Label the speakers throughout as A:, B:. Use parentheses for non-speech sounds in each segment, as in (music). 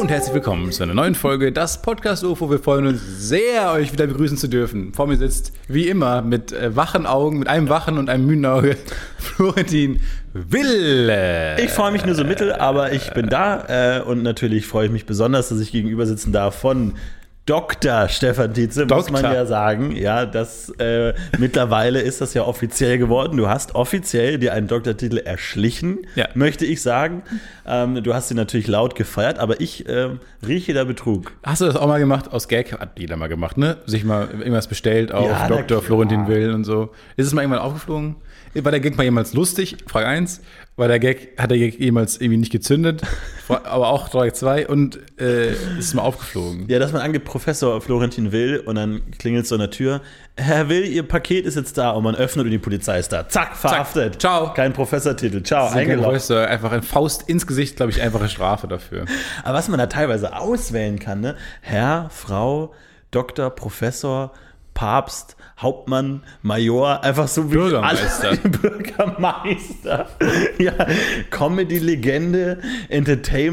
A: und herzlich willkommen zu einer neuen Folge Das Podcast UFO. Wir freuen uns sehr, euch wieder begrüßen zu dürfen. Vor mir sitzt, wie immer, mit äh, wachen Augen, mit einem wachen und einem müden Auge, (laughs) Florentin Wille.
B: Ich freue mich nur so mittel, aber ich bin da äh, und natürlich freue ich mich besonders, dass ich gegenüber sitzen darf von Dr. Stefan Tietze, muss
A: Doktor.
B: man ja sagen. Ja, das äh, mittlerweile ist das ja offiziell geworden. Du hast offiziell dir einen Doktortitel erschlichen,
A: Ja.
B: möchte ich sagen. Ähm, du hast ihn natürlich laut gefeiert, aber ich ähm, rieche da Betrug.
A: Hast du das auch mal gemacht? Aus Gag hat jeder mal gemacht, ne? Sich mal irgendwas bestellt auf
B: Ja, na
A: Dr.
B: klar.
A: Florentin Will und so. Ist es mal irgendwann aufgeflogen? War der Gag mal jemals lustig? Frage 1. War der Gag, hat der Gag jemals irgendwie nicht gezündet? Fra- Aber auch Frage 2. Und äh, ist es mal aufgeflogen?
B: Ja, dass man angibt, Professor Florentin Will und dann klingelt es an der Tür. Herr Will, Ihr Paket ist jetzt da und man öffnet und die Polizei ist da. Zack, verhaftet.
A: Ciao.
B: Kein Professortitel. Ciao, eingeloggt.
A: Eingeloggt. äh, Einfach ein Faust ins Gesicht, glaube ich, einfache Strafe dafür.
B: Aber was man da teilweise auswählen kann, ne? Herr, Frau, Doktor, Professor, Papst, Hauptmann, Major, einfach so wie
A: Bürgermeister.
B: alle- (laughs) Bürgermeister. ja, Comedy-Legende,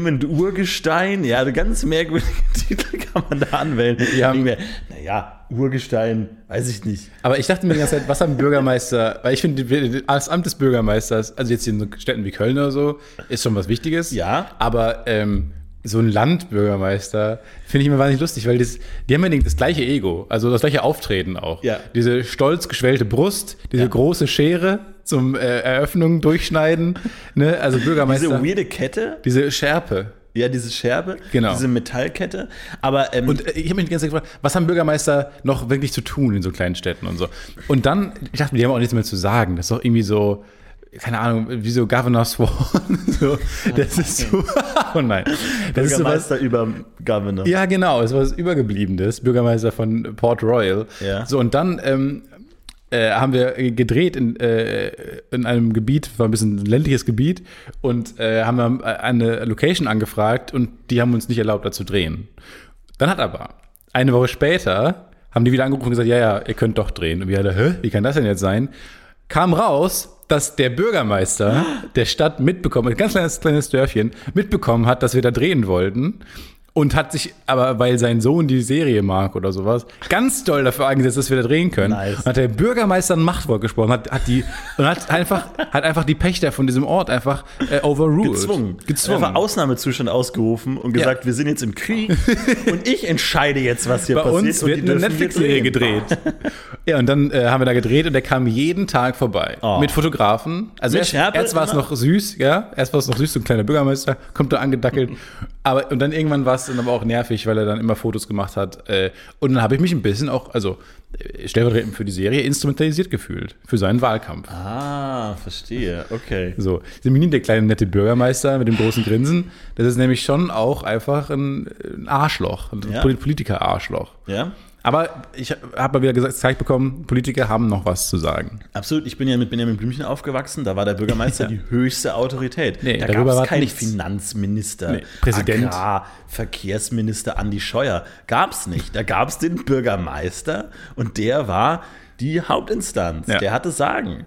B: Entertainment-Urgestein. Ja, also ganz merkwürdige (laughs) Titel kann man da anwählen.
A: Ja.
B: Denken wir, Naja, Urgestein, weiß ich nicht.
A: Aber ich dachte mir die ganze Zeit, was haben Bürgermeister, weil ich finde, das Amt des Bürgermeisters, also jetzt in so Städten wie Köln oder so, ist schon was Wichtiges.
B: Ja.
A: Aber ähm, so ein Landbürgermeister finde ich immer wahnsinnig lustig, weil das, die haben ja das gleiche Ego, also das gleiche Auftreten auch.
B: Ja.
A: Diese stolz geschwellte Brust, diese
B: Ja.
A: große Schere zum äh, Eröffnung durchschneiden. Ne? Also
B: Diese
A: Bürgermeister, diese,
B: weirde Kette,
A: Schärpe.
B: ja, diese Scherbe,
A: Genau.
B: diese Metallkette. Aber ähm,
A: Und äh, ich habe mich die ganze Zeit gefragt, was haben Bürgermeister noch wirklich zu tun in so kleinen Städten und so. Und dann, ich dachte mir, die haben auch nichts mehr zu sagen. Das ist doch irgendwie so, keine Ahnung, wie so Governor (laughs) Swan. so, das ist so, (laughs) oh nein. Das ist sowas,
B: Bürgermeister über Governor.
A: ja genau, es war was Übergebliebenes, Bürgermeister von Port Royal.
B: Ja.
A: So, und dann ähm, äh, haben wir gedreht in, äh, in einem Gebiet, war ein bisschen ein ländliches Gebiet und äh, haben dann eine Location angefragt und die haben uns nicht erlaubt, da zu drehen. Dann hat aber eine Woche später haben die wieder angerufen und gesagt, ja, ja, ihr könnt doch drehen. Und wir alle, hä, wie kann das denn jetzt sein? Kam raus, dass der Bürgermeister der Stadt mitbekommen, ein ganz kleines, kleines Dörfchen, mitbekommen hat, dass wir da drehen wollten. Und hat sich aber, weil sein Sohn die Serie mag oder sowas, ganz doll dafür eingesetzt, dass wir da drehen können.
B: Nice.
A: Und hat der Bürgermeister ein Machtwort gesprochen, hat, hat die, und hat einfach, hat einfach die Pächter von diesem Ort einfach äh, overruled.
B: gezwungen.
A: Gezwungen.
B: Einfach Ausnahmezustand ausgerufen und gesagt, wir sind jetzt
A: (laughs)
B: im Krieg und ich entscheide jetzt, was hier
A: Bei
B: passiert.
A: uns
B: und
A: wird
B: die
A: eine
B: dürfen
A: Netflix-Serie
B: wir drehen. Ah.
A: gedreht. ja, und dann äh, haben wir da gedreht und der kam jeden Tag vorbei.
B: Oh.
A: Mit Fotografen. Also
B: Mit
A: erst,
B: Schärpe
A: erst war es
B: immer?
A: noch süß, ja. Erst war es noch süß, so ein kleiner Bürgermeister, kommt da angedackelt. aber, und dann irgendwann war es dann aber auch nervig, weil er dann immer Fotos gemacht hat. Äh, und dann habe ich mich ein bisschen auch, also äh, stellvertretend für die Serie, instrumentalisiert gefühlt. Für seinen Wahlkampf.
B: Ah, verstehe. Okay.
A: So, sind wir nicht der kleine nette Bürgermeister mit dem großen Grinsen. Das ist nämlich schon auch einfach ein, ein Arschloch, ein
B: Ja.
A: Polit- Politiker-Arschloch.
B: Ja,
A: Aber ich habe mal wieder gesagt, gezeigt bekommen, Politiker haben noch was zu sagen.
B: absolut. Ich bin ja mit Benjamin Blümchen aufgewachsen. Da war der Bürgermeister die höchste Autorität.
A: Nee,
B: da
A: darüber
B: gab
A: war
B: es keinen
A: nichts.
B: Finanzminister,
A: Nee, Präsident.
B: Agrar, Verkehrsminister Andi Scheuer. Gab es nicht. Da gab es den Bürgermeister und der war die Hauptinstanz.
A: Ja.
B: Der hatte Sagen.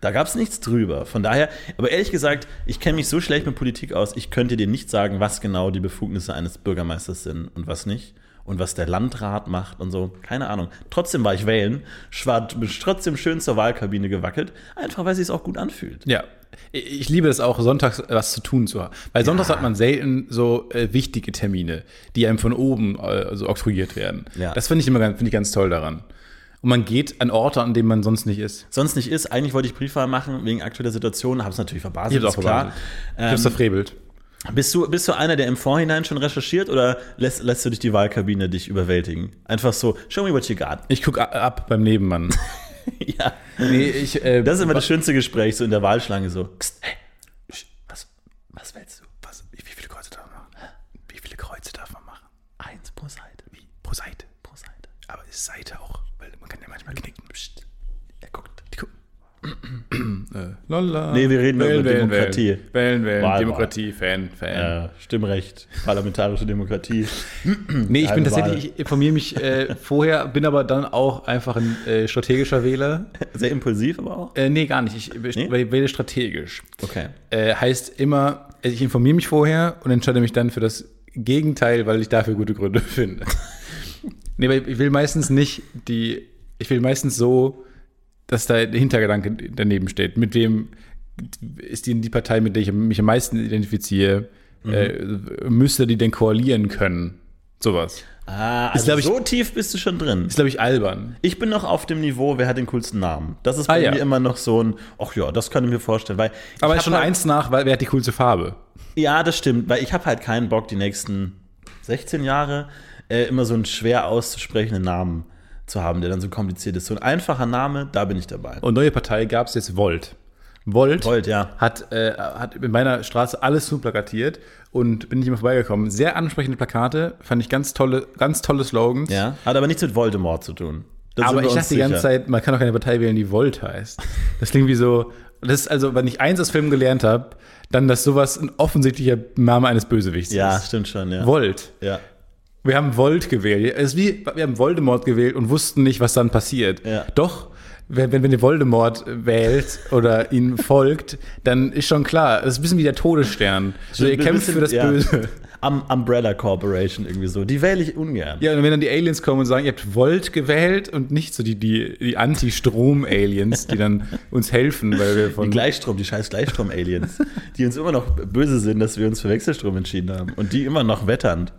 B: Da gab es nichts drüber. Von daher, aber ehrlich gesagt, ich kenne mich so schlecht mit Politik aus, ich könnte dir nicht sagen, was genau die Befugnisse eines Bürgermeisters sind und was nicht. Und was der Landrat macht und so. Keine Ahnung. Trotzdem war ich wählen, schwar, bin trotzdem schön zur Wahlkabine gewackelt, einfach weil es sich auch gut anfühlt.
A: Ja. Ich liebe es auch, sonntags was zu tun zu haben. Weil sonntags hat man selten so äh, wichtige Termine, die einem von oben äh, so oktroyiert werden.
B: Ja.
A: Das finde ich immer ganz, finde ich ganz toll daran. Und man geht an Orte, an denen man sonst nicht ist.
B: Sonst nicht ist, eigentlich wollte ich Briefwahl machen wegen aktueller Situation, habe es natürlich verbaselt,
A: Ich hab's
B: ist
A: auch
B: klar.
A: verbaselt.
B: Ähm,
A: Christoph Rebelt.
B: bist, du, bist du einer, der im Vorhinein schon recherchiert oder lässt, lässt du dich die Wahlkabine dich überwältigen? Einfach so, show me what you got. (laughs)
A: Ich gucke ab beim Nebenmann.
B: ja.
A: (laughs) nee, ich, äh,
B: Das ist immer das schönste Gespräch, so in der Wahlschlange so. Kst, hey, sch, was, was willst du?
A: was, wie viele Kreuze darf man machen? Wie viele Kreuze darf man machen?
B: Eins pro Seite. Wie?
A: Pro Seite.
B: Pro Seite.
A: Aber ist Seite auch, weil man kann ja manchmal knicken. Psst.
B: Er guckt.
A: Die gucken. (clears throat) äh, lala.
B: Nee, wir reden nur über Demokratie.
A: Wählen, wählen, wählen.
B: Wahl,
A: Demokratie, Fan, Fan.
B: Äh, Stimmrecht, parlamentarische Demokratie.
A: Nee, ich bin
B: Geheime
A: tatsächlich, ich informiere mich
B: (laughs)
A: äh, vorher, bin aber dann auch einfach ein äh, strategischer Wähler.
B: Sehr impulsiv, aber auch.
A: Äh, nee, gar nicht. Ich äh, wähle strategisch.
B: Okay.
A: Äh, heißt immer, also ich informiere mich vorher und entscheide mich dann für das Gegenteil, weil ich dafür gute Gründe (laughs) finde. nee, aber ich will meistens nicht die, ich will meistens so, dass da ein Hintergedanke daneben steht. Mit wem ist die, die Partei, mit der ich mich am meisten identifiziere,
B: Mhm.
A: äh, müsste die denn koalieren können? Sowas.
B: Ah,
A: Ist,
B: also
A: glaub ich-
B: so tief bist du schon drin.
A: Ist, glaube ich, albern.
B: Ich bin noch auf dem Niveau, wer hat den coolsten Namen. Das ist
A: Ah,
B: bei
A: ja.
B: mir immer noch so ein, ach ja, das kann ich mir vorstellen. Weil ich
A: Aber
B: hab
A: ist schon
B: halt,
A: eins nach, weil wer hat die coolste Farbe?
B: Ja, das stimmt, weil ich habe halt keinen Bock, die nächsten 16 Jahre äh, immer so einen schwer auszusprechenden Namen zu haben, der dann so kompliziert ist. So ein einfacher Name, da bin ich dabei.
A: Und neue Partei gab es jetzt Volt. Volt,
B: Volt, ja.
A: hat, äh, hat in meiner Straße alles zu plakatiert und bin nicht immer vorbeigekommen. Sehr ansprechende Plakate, fand ich ganz tolle, ganz tolle Slogans.
B: ja. Hat aber nichts mit Voldemort zu tun. Da sind
A: Aber
B: wir
A: ich
B: uns
A: dachte die ganze
B: sicher.
A: Zeit, man kann doch keine Partei wählen, die Volt heißt. Das klingt wie so, das ist also, wenn ich eins aus Filmen gelernt habe, dann, dass sowas ein offensichtlicher Name eines Bösewichts
B: Ja,
A: ist.
B: stimmt schon, ja.
A: Volt.
B: ja.
A: Wir haben Volt gewählt. Es ist wie, wir haben Voldemort gewählt und wussten nicht, was dann passiert.
B: Ja.
A: Doch, wenn, wenn, wenn ihr Voldemort wählt oder ihn folgt, dann ist schon klar, es ist ein bisschen wie der Todesstern. So, ihr
B: Ein
A: kämpft
B: bisschen,
A: für das
B: ja.
A: Böse.
B: (laughs) Am Umbrella Corporation irgendwie so. Die wähle ich ungern.
A: Ja, und wenn dann die Aliens kommen und sagen, ihr habt Volt gewählt und nicht so die, die, die Anti-Strom-Aliens, die dann uns helfen, weil wir
B: Die
A: von.
B: Gleichstrom, die
A: (laughs)
B: scheiß Gleichstrom-Aliens, die uns immer noch böse sind, dass wir uns für Wechselstrom entschieden haben. Und die immer noch wetternd.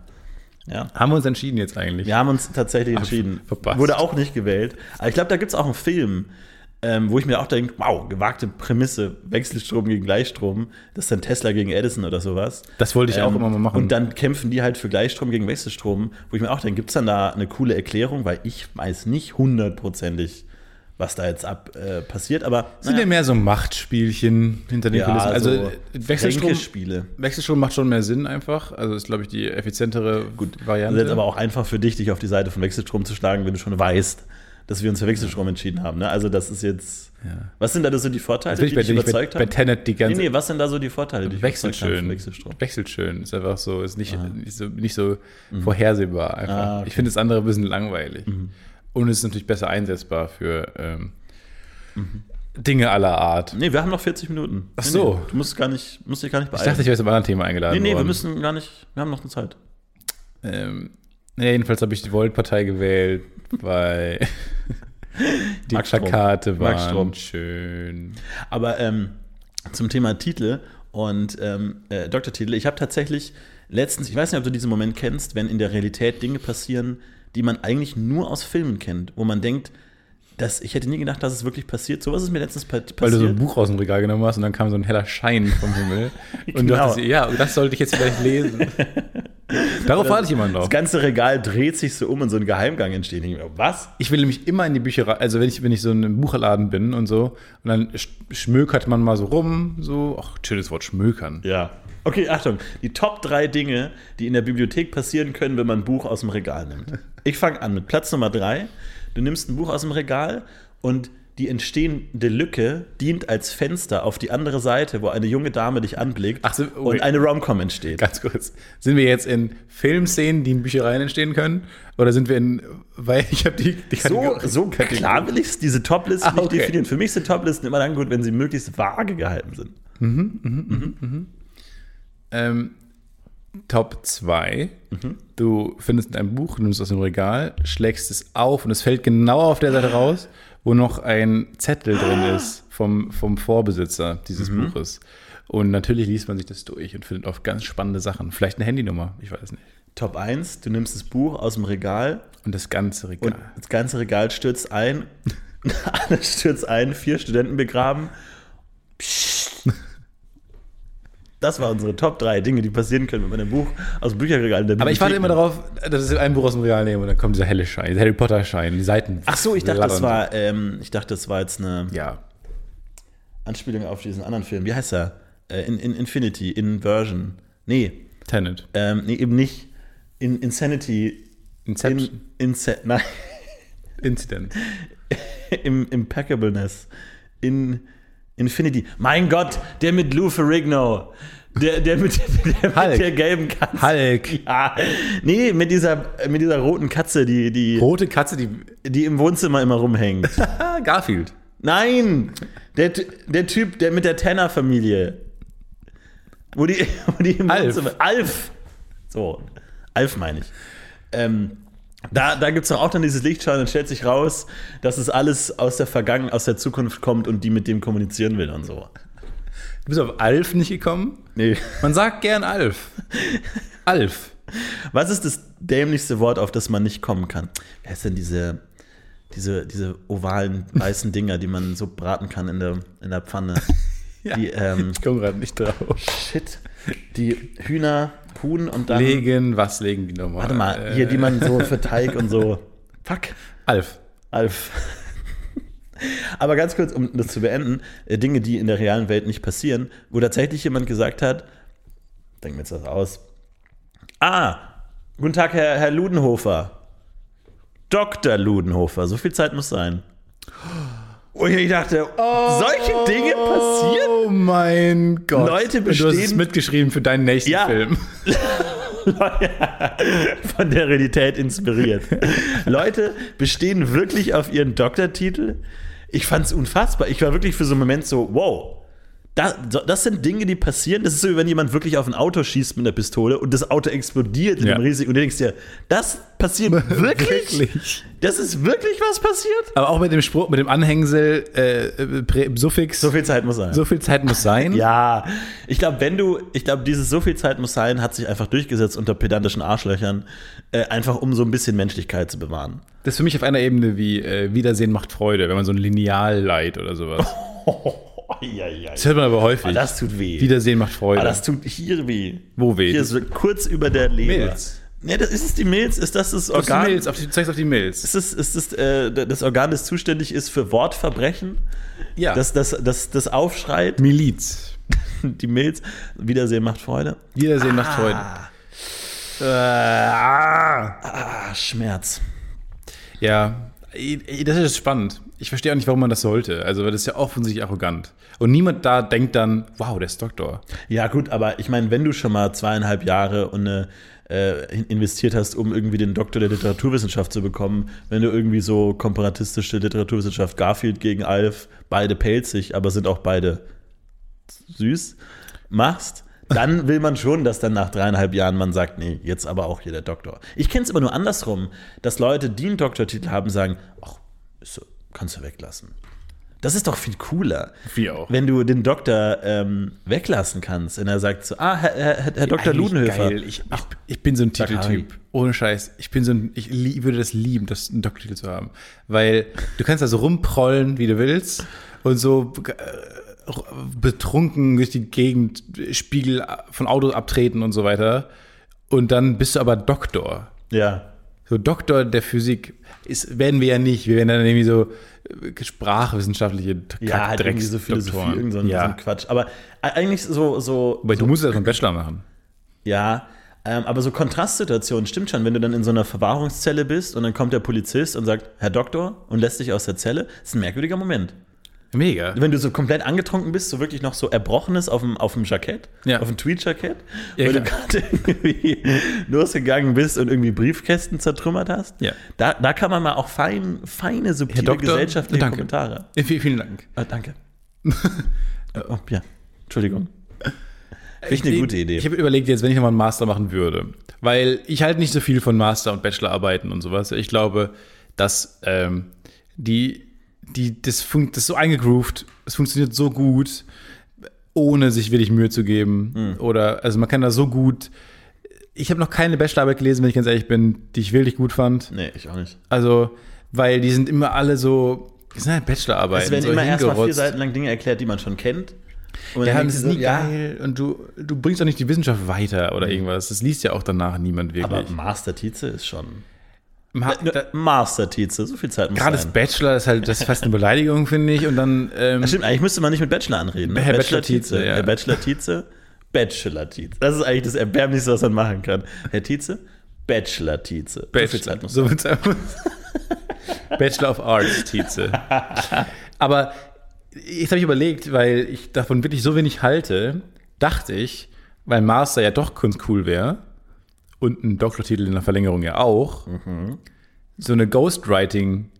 B: Ja.
A: Haben wir uns entschieden jetzt eigentlich?
B: Wir haben uns tatsächlich entschieden.
A: verpasst.
B: Wurde auch nicht gewählt. Aber ich glaube, da gibt es auch einen Film, ähm, wo ich mir auch denke, wow, gewagte Prämisse, Wechselstrom gegen Gleichstrom, das ist dann Tesla gegen Edison oder sowas. Ähm,
A: Das wollte ich auch immer mal machen.
B: Und dann kämpfen die halt für Gleichstrom gegen Wechselstrom, wo ich mir auch denke, gibt es dann da eine coole Erklärung, weil ich weiß nicht hundertprozentig, was da jetzt ab äh, passiert, aber
A: Sind ja mehr so Machtspielchen hinter den Kulissen. Also
B: so
A: Wechselstrom,
B: Spiele.
A: Wechselstrom macht schon mehr Sinn einfach. Also ist, glaube ich, die effizientere
B: Das
A: Variante.
B: ist jetzt aber auch einfach für dich, dich auf die Seite von Wechselstrom zu schlagen, wenn du schon weißt, dass wir uns für Wechselstrom entschieden haben. Ne? Also das ist jetzt. Was sind da so die Vorteile,
A: Jetzt bin ich bei,
B: Also die
A: ich
B: dich
A: bei,
B: überzeugt
A: bei
B: haben?
A: Tenet die
B: Nee,
A: ganze
B: nee, was sind da so die Vorteile, die dich
A: wechselt
B: überzeugt haben von
A: schön.
B: Wechselstrom?
A: Wechselt schön. Ist einfach so, ist nicht, nicht so, nicht so vorhersehbar einfach.
B: Mhm. Ah, okay. Mhm.
A: Ich finde das andere ein bisschen langweilig. Und es ist natürlich besser einsetzbar für ähm,
B: Mhm.
A: Dinge aller Art.
B: Nee, wir haben noch 40 Minuten. Ach
A: so.
B: Nee, nee, du musst gar nicht, musst dich gar nicht beeilen.
A: Ich dachte, ich wäre zum anderen Thema eingeladen.
B: nee, nee, wir
A: worden.
B: müssen gar nicht. Wir haben noch eine Zeit.
A: Ähm, ja, jedenfalls habe ich die Volt-Partei gewählt, weil
B: (laughs)
A: die
B: Max Strom.
A: Plakate
B: Max
A: waren
B: Strom.
A: schön.
B: Aber ähm, zum Thema Titel und ähm, äh, Doktortitel, ich habe tatsächlich letztens, ich weiß nicht, ob du diesen Moment kennst, wenn in der Realität Dinge passieren, die man eigentlich nur aus Filmen kennt, wo man denkt, dass ich hätte nie gedacht, dass es wirklich passiert. So was ist mir letztens pa passiert.
A: Weil du so ein Buch aus dem Regal genommen hast und dann kam so ein heller Schein vom Himmel. (laughs) Und du
B: Genau.
A: dachtest, dir, ja, das sollte ich jetzt vielleicht (laughs) lesen. Darauf warte ich immer
B: das
A: noch.
B: ganze Regal dreht sich so um und so ein Geheimgang entsteht. Ich denk mir, Was?
A: Ich will nämlich immer in die Bücherei, also wenn ich, wenn ich so in einem Buchladen bin und so, und dann sch- schmökert man mal so rum, so, ach, schönes Wort, schmökern.
B: Ja. Okay, Achtung. Die Top drei Dinge, die in der Bibliothek passieren können, wenn man ein Buch aus dem Regal
A: (laughs)
B: nimmt. Ich fange an mit Platz Nummer drei. Du nimmst ein Buch aus dem Regal und die entstehende Lücke dient als Fenster auf die andere Seite, wo eine junge Dame dich anblickt
A: Ach so, okay.
B: und eine Romcom entsteht.
A: Ganz kurz. Sind wir jetzt in Filmszenen, die in Büchereien entstehen können? Oder sind wir in, weil ich habe die, die
B: So,
A: Kategor-
B: so klar will ich diese Toplisten
A: Ah, okay.
B: nicht definieren. Für mich sind Toplisten immer dann gut, wenn sie möglichst vage gehalten sind.
A: Ähm, Top 2.
B: Mhm.
A: Du findest ein Buch, nimmst es aus dem Regal, schlägst es auf und es fällt genau auf der Seite raus, wo noch ein Zettel
B: Ah.
A: drin ist vom, vom Vorbesitzer dieses
B: Mhm.
A: Buches. Und natürlich liest man sich das durch und findet oft ganz spannende Sachen. Vielleicht eine Handynummer, ich weiß nicht.
B: Top eins: du nimmst das Buch aus dem Regal
A: Und das ganze
B: Und
A: Regal.
B: das ganze Regal stürzt ein. (laughs) Alles stürzt ein, vier Studenten begraben. Psst. Das war unsere Top 3 Dinge, die passieren können, wenn man ein Buch aus dem Bücherregal in der
A: Aber ich warte
B: Bibliothek
A: immer darauf, dass ich ein Buch aus dem Regal nehme und dann kommt dieser helle Schein, dieser Harry Potter Schein, die Seiten.
B: Ach so, ich dachte, das
A: flattern.
B: war, ähm, ich dachte, das war jetzt eine
A: Ja.
B: Anspielung auf diesen anderen Film. Wie heißt er? Äh, in, in Infinity, Inversion. Nee,
A: Tenet.
B: ähm, nee, eben nicht. In Insanity.
A: Inception.
B: In, Inse nein,
A: Incident.
B: (laughs) im Impeccableness. In Infinity. Mein Gott, der mit Lou Ferrigno. Der, der, mit, (laughs) der
A: Hulk.
B: mit der gelben Katze.
A: Hulk.
B: Ja, nee, mit dieser, mit dieser roten Katze, die, die,
A: Rote Katze, die.
B: die im Wohnzimmer immer rumhängt.
A: Ah, Garfield.
B: Nein! Der, Ty- der Typ, der mit der Tanner-Familie. Wo die, (laughs) wo die im
A: Alf.
B: Wohnzimmer. Alf! So, Alf meine ich. Ähm, da da gibt es auch dann dieses Lichtschein, dann stellt sich raus, dass es alles aus der Vergangenheit, aus der Zukunft kommt und die mit dem kommunizieren will und so.
A: Du bist auf Alf nicht gekommen?
B: Nee.
A: Man sagt gern Alf. Alf.
B: Was ist das dämlichste Wort, auf das man nicht kommen kann? Wie heißt denn diese, diese, diese ovalen weißen Dinger, die man so braten kann in der, in der Pfanne?
A: (laughs) Ja,
B: Die, ähm,
A: ich komme gerade nicht drauf.
B: Shit. Die Hühner, Huhn und dann.
A: Legen, was legen die nochmal?
B: Warte mal, hier, die man so für Teig und so. Fuck.
A: Alf.
B: Alf. Aber ganz kurz, um das zu beenden, äh, Dinge, die in der realen Welt nicht passieren, wo tatsächlich jemand gesagt hat, denken wir jetzt das aus. Ah, guten Tag, Herr, Herr Ludenhofer. Dr. Ludenhofer, so viel Zeit muss sein. Und ich dachte, solche Dinge passieren?
A: Oh mein Gott.
B: Leute
A: Und Du hast es
B: bestehen-
A: mitgeschrieben für deinen nächsten
B: Ja.
A: Film.
B: (laughs) von der Realität inspiriert. Leute bestehen wirklich auf ihren Doktortitel. Ich fand es unfassbar. Ich war wirklich für so einen Moment so, wow. Das, das sind Dinge, die passieren. Das ist so, wie wenn jemand wirklich auf ein Auto schießt mit einer Pistole und das Auto explodiert in
A: Ja.
B: einem riesigen. Und du denkst dir, das
A: (laughs)
B: passiert (laughs) wirklich?
A: Wirklich?
B: Das ist wirklich was passiert?
A: Aber auch mit dem Spruch, mit dem Anhängsel, äh, Prä- Suffix,
B: So viel Zeit muss sein.
A: so viel Zeit muss sein.
B: Ja, ich glaube, wenn du, ich glaube, dieses so viel Zeit muss sein, hat sich einfach durchgesetzt unter pedantischen Arschlöchern, äh, einfach um so ein bisschen Menschlichkeit zu bewahren.
A: Das ist für mich auf einer Ebene wie äh, Wiedersehen macht Freude, wenn man so ein Lineal leiht oder sowas.
B: ja, ja.
A: Das hört man aber häufig.
B: Oh. Ah, Das tut weh.
A: Wiedersehen macht Freude.
B: Ah, das tut hier weh.
A: Wo weh?
B: Hier so kurz über der Leber.
A: Milz.
B: Ne, das ist es die Milz? Ist das das
A: auf die
B: Organ?
A: Mails, auf die, zeig's auf die Mails.
B: Ist das, ist das, äh, das Organ, das zuständig ist für Wortverbrechen?
A: Ja.
B: Das, das, das, das aufschreit, (laughs)
A: Miliz.
B: die Milz. Wiedersehen macht Freude.
A: Wiedersehen macht Freude.
B: Ah, Schmerz.
A: Ja, I- I- das ist spannend. Ich verstehe auch nicht, warum man das sollte. Also, weil das ist ja offensichtlich arrogant. Und niemand da denkt dann, wow, der ist Doktor.
B: Ja, gut, aber ich meine, wenn du schon mal zweieinhalb Jahre und eine, äh, in- investiert hast, um irgendwie den Doktor der Literaturwissenschaft zu bekommen, wenn du irgendwie so komparatistische Literaturwissenschaft, Garfield gegen Alf, beide pelzig, aber sind auch beide süß, machst, dann will man schon, dass dann nach dreieinhalb Jahren man sagt, nee, jetzt aber auch hier der Doktor. Ich kenne es immer nur andersrum, dass Leute, die einen Doktortitel haben, sagen, ach, ist so, kannst du weglassen. Das ist doch viel cooler.
A: Wie auch.
B: Wenn du den Doktor ähm, weglassen kannst und er sagt so, ah, Herr, Herr, Herr Dr.
A: Eigentlich
B: Ludenhöfer.
A: Geil. Ich, ich, ich bin so ein
B: Harry.
A: Titeltyp. Ohne Scheiß. Ich bin so ein, ich lie- würde das lieben, das einen Doktortitel zu haben. Weil du kannst da so rumprollen, wie du willst. Und so äh, r- betrunken durch die Gegend, äh, Spiegel von Autos abtreten und so weiter. Und dann bist du aber Doktor.
B: Ja.
A: So Doktor der Physik ist, werden wir ja nicht. Wir werden dann irgendwie so äh, sprachwissenschaftliche
B: Ja, halt irgendwie so Philosophie, irgend so ein, so
A: ja.
B: ein Quatsch. Aber äh, eigentlich so, so,
A: Weil du musst ja so einen Bachelor machen.
B: Ja, ähm, aber so Kontrastsituationen stimmt schon, wenn du dann in so einer Verwahrungszelle bist und dann kommt der Polizist und sagt, Herr Doktor, und lässt dich aus der Zelle, ist ein merkwürdiger Moment.
A: Mega.
B: Wenn du so komplett angetrunken bist, so wirklich noch so erbrochenes auf dem, auf dem Jackett,
A: Ja.
B: auf dem Tweed-Jackett,
A: Ja,
B: weil du
A: klar.
B: gerade irgendwie (laughs) losgegangen bist und irgendwie Briefkästen zertrümmert hast,
A: Ja.
B: da, da kann man mal auch fein, feine, subtile gesellschaftliche
A: danke.
B: Kommentare.
A: Äh, (laughs) Vielen, vielen Dank. (laughs)
B: Ah, danke. oh, ja, Entschuldigung. Finde ich eine gute Idee.
A: Äh, Ich habe überlegt, jetzt, wenn ich nochmal einen Master machen würde, weil ich halt nicht so viel von Master- und Bachelorarbeiten und sowas. Ich glaube, dass ähm, die, die, das, fun das ist so eingegroovt, es funktioniert so gut, ohne sich wirklich Mühe zu geben.
B: Hm.
A: Oder, also man kann da so gut. Ich habe noch keine Bachelorarbeit gelesen, wenn ich ganz ehrlich bin, die ich wirklich gut fand.
B: nee, ich auch nicht.
A: Also, weil die sind immer alle so. Das sind halt Bachelorarbeiten.
B: Es werden
A: so
B: immer erstmal vier
A: hingerotzt.
B: Seiten lang Dinge erklärt, die man schon kennt. Und
A: Ja,
B: dann
A: das
B: denkst
A: ist
B: du so, Mhm.
A: nie geil und du, du bringst auch nicht die Wissenschaft weiter oder irgendwas. Das liest ja auch danach niemand
B: Aber
A: wirklich.
B: Master Tietze ist schon.
A: Ma-
B: Ne,
A: da-
B: Master Tietze, so viel Zeit muss
A: Gerade das
B: sein.
A: Bachelor ist halt das ist fast eine Beleidigung, finde ich. Und dann, ähm,
B: Das stimmt, eigentlich müsste man nicht mit Bachelor anreden. Ne?
A: Herr Bachelor Tietze, ja.
B: Herr Bachelor Tietze, Bachelor Tietze. Das ist eigentlich das Erbärmlichste, was man machen kann. Herr Tietze, Bachelor Tietze.
A: Bachelor,
B: So viel Zeit muss
A: so wird's einfach.
B: (laughs)
A: Bachelor of Arts, Tietze. Aber jetzt habe ich überlegt, weil ich davon wirklich so wenig halte, dachte ich, weil Master ja doch ganz cool wäre und ein Doktortitel in der Verlängerung ja auch,
B: Mhm.
A: so eine Ghostwriting,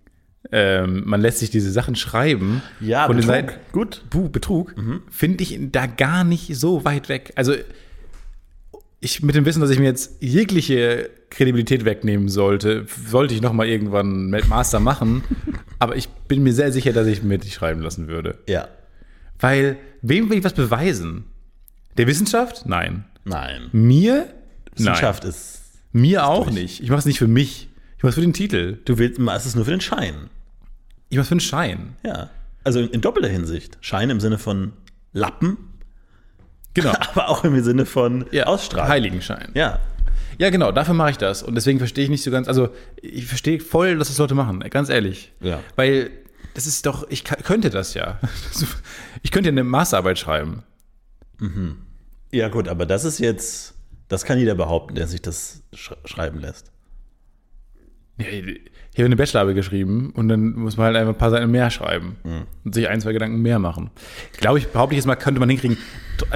A: ähm, man lässt sich diese Sachen schreiben.
B: Ja,
A: von
B: Betrug.
A: den Seiten,
B: Gut. Mhm.
A: Bu Betrug, finde ich da gar nicht so weit weg. Also ich mit dem Wissen, dass ich mir jetzt jegliche Kredibilität wegnehmen sollte, sollte ich noch mal irgendwann mit Master
B: (laughs)
A: machen. aber ich bin mir sehr sicher, dass ich mit schreiben lassen würde.
B: Ja.
A: Weil, wem will ich was beweisen? Der Wissenschaft? Nein.
B: Nein.
A: Mir?
B: Wissenschaft ist.
A: Nein. Mir auch nicht. Ich mache es nicht für mich. Ich mache es für den Titel.
B: Du willst, es ist nur für den Schein.
A: Ich mache es für den Schein.
B: Ja. Also in, in doppelter Hinsicht. Schein im Sinne von Lappen, (laughs)
A: Genau.
B: aber auch im Sinne von Ausstrahlung.
A: Heiligenschein.
B: Ja.
A: Ja, genau, dafür mache ich das. Und deswegen verstehe ich nicht so ganz, also ich verstehe voll, dass das Leute machen, ganz ehrlich.
B: Ja.
A: Weil das ist doch, ich ka- könnte das ja. (laughs) Ich könnte ja eine Masterarbeit schreiben.
B: Ja, gut, aber das ist jetzt. Das kann jeder behaupten, der sich das sch schreiben lässt.
A: Ja, Ich habe eine Bachelorarbeit geschrieben und dann muss man halt einfach ein paar Seiten mehr schreiben
B: Mhm.
A: und sich ein, zwei Gedanken mehr machen. Glaube ich, behaupte ich jetzt mal, könnte man hinkriegen.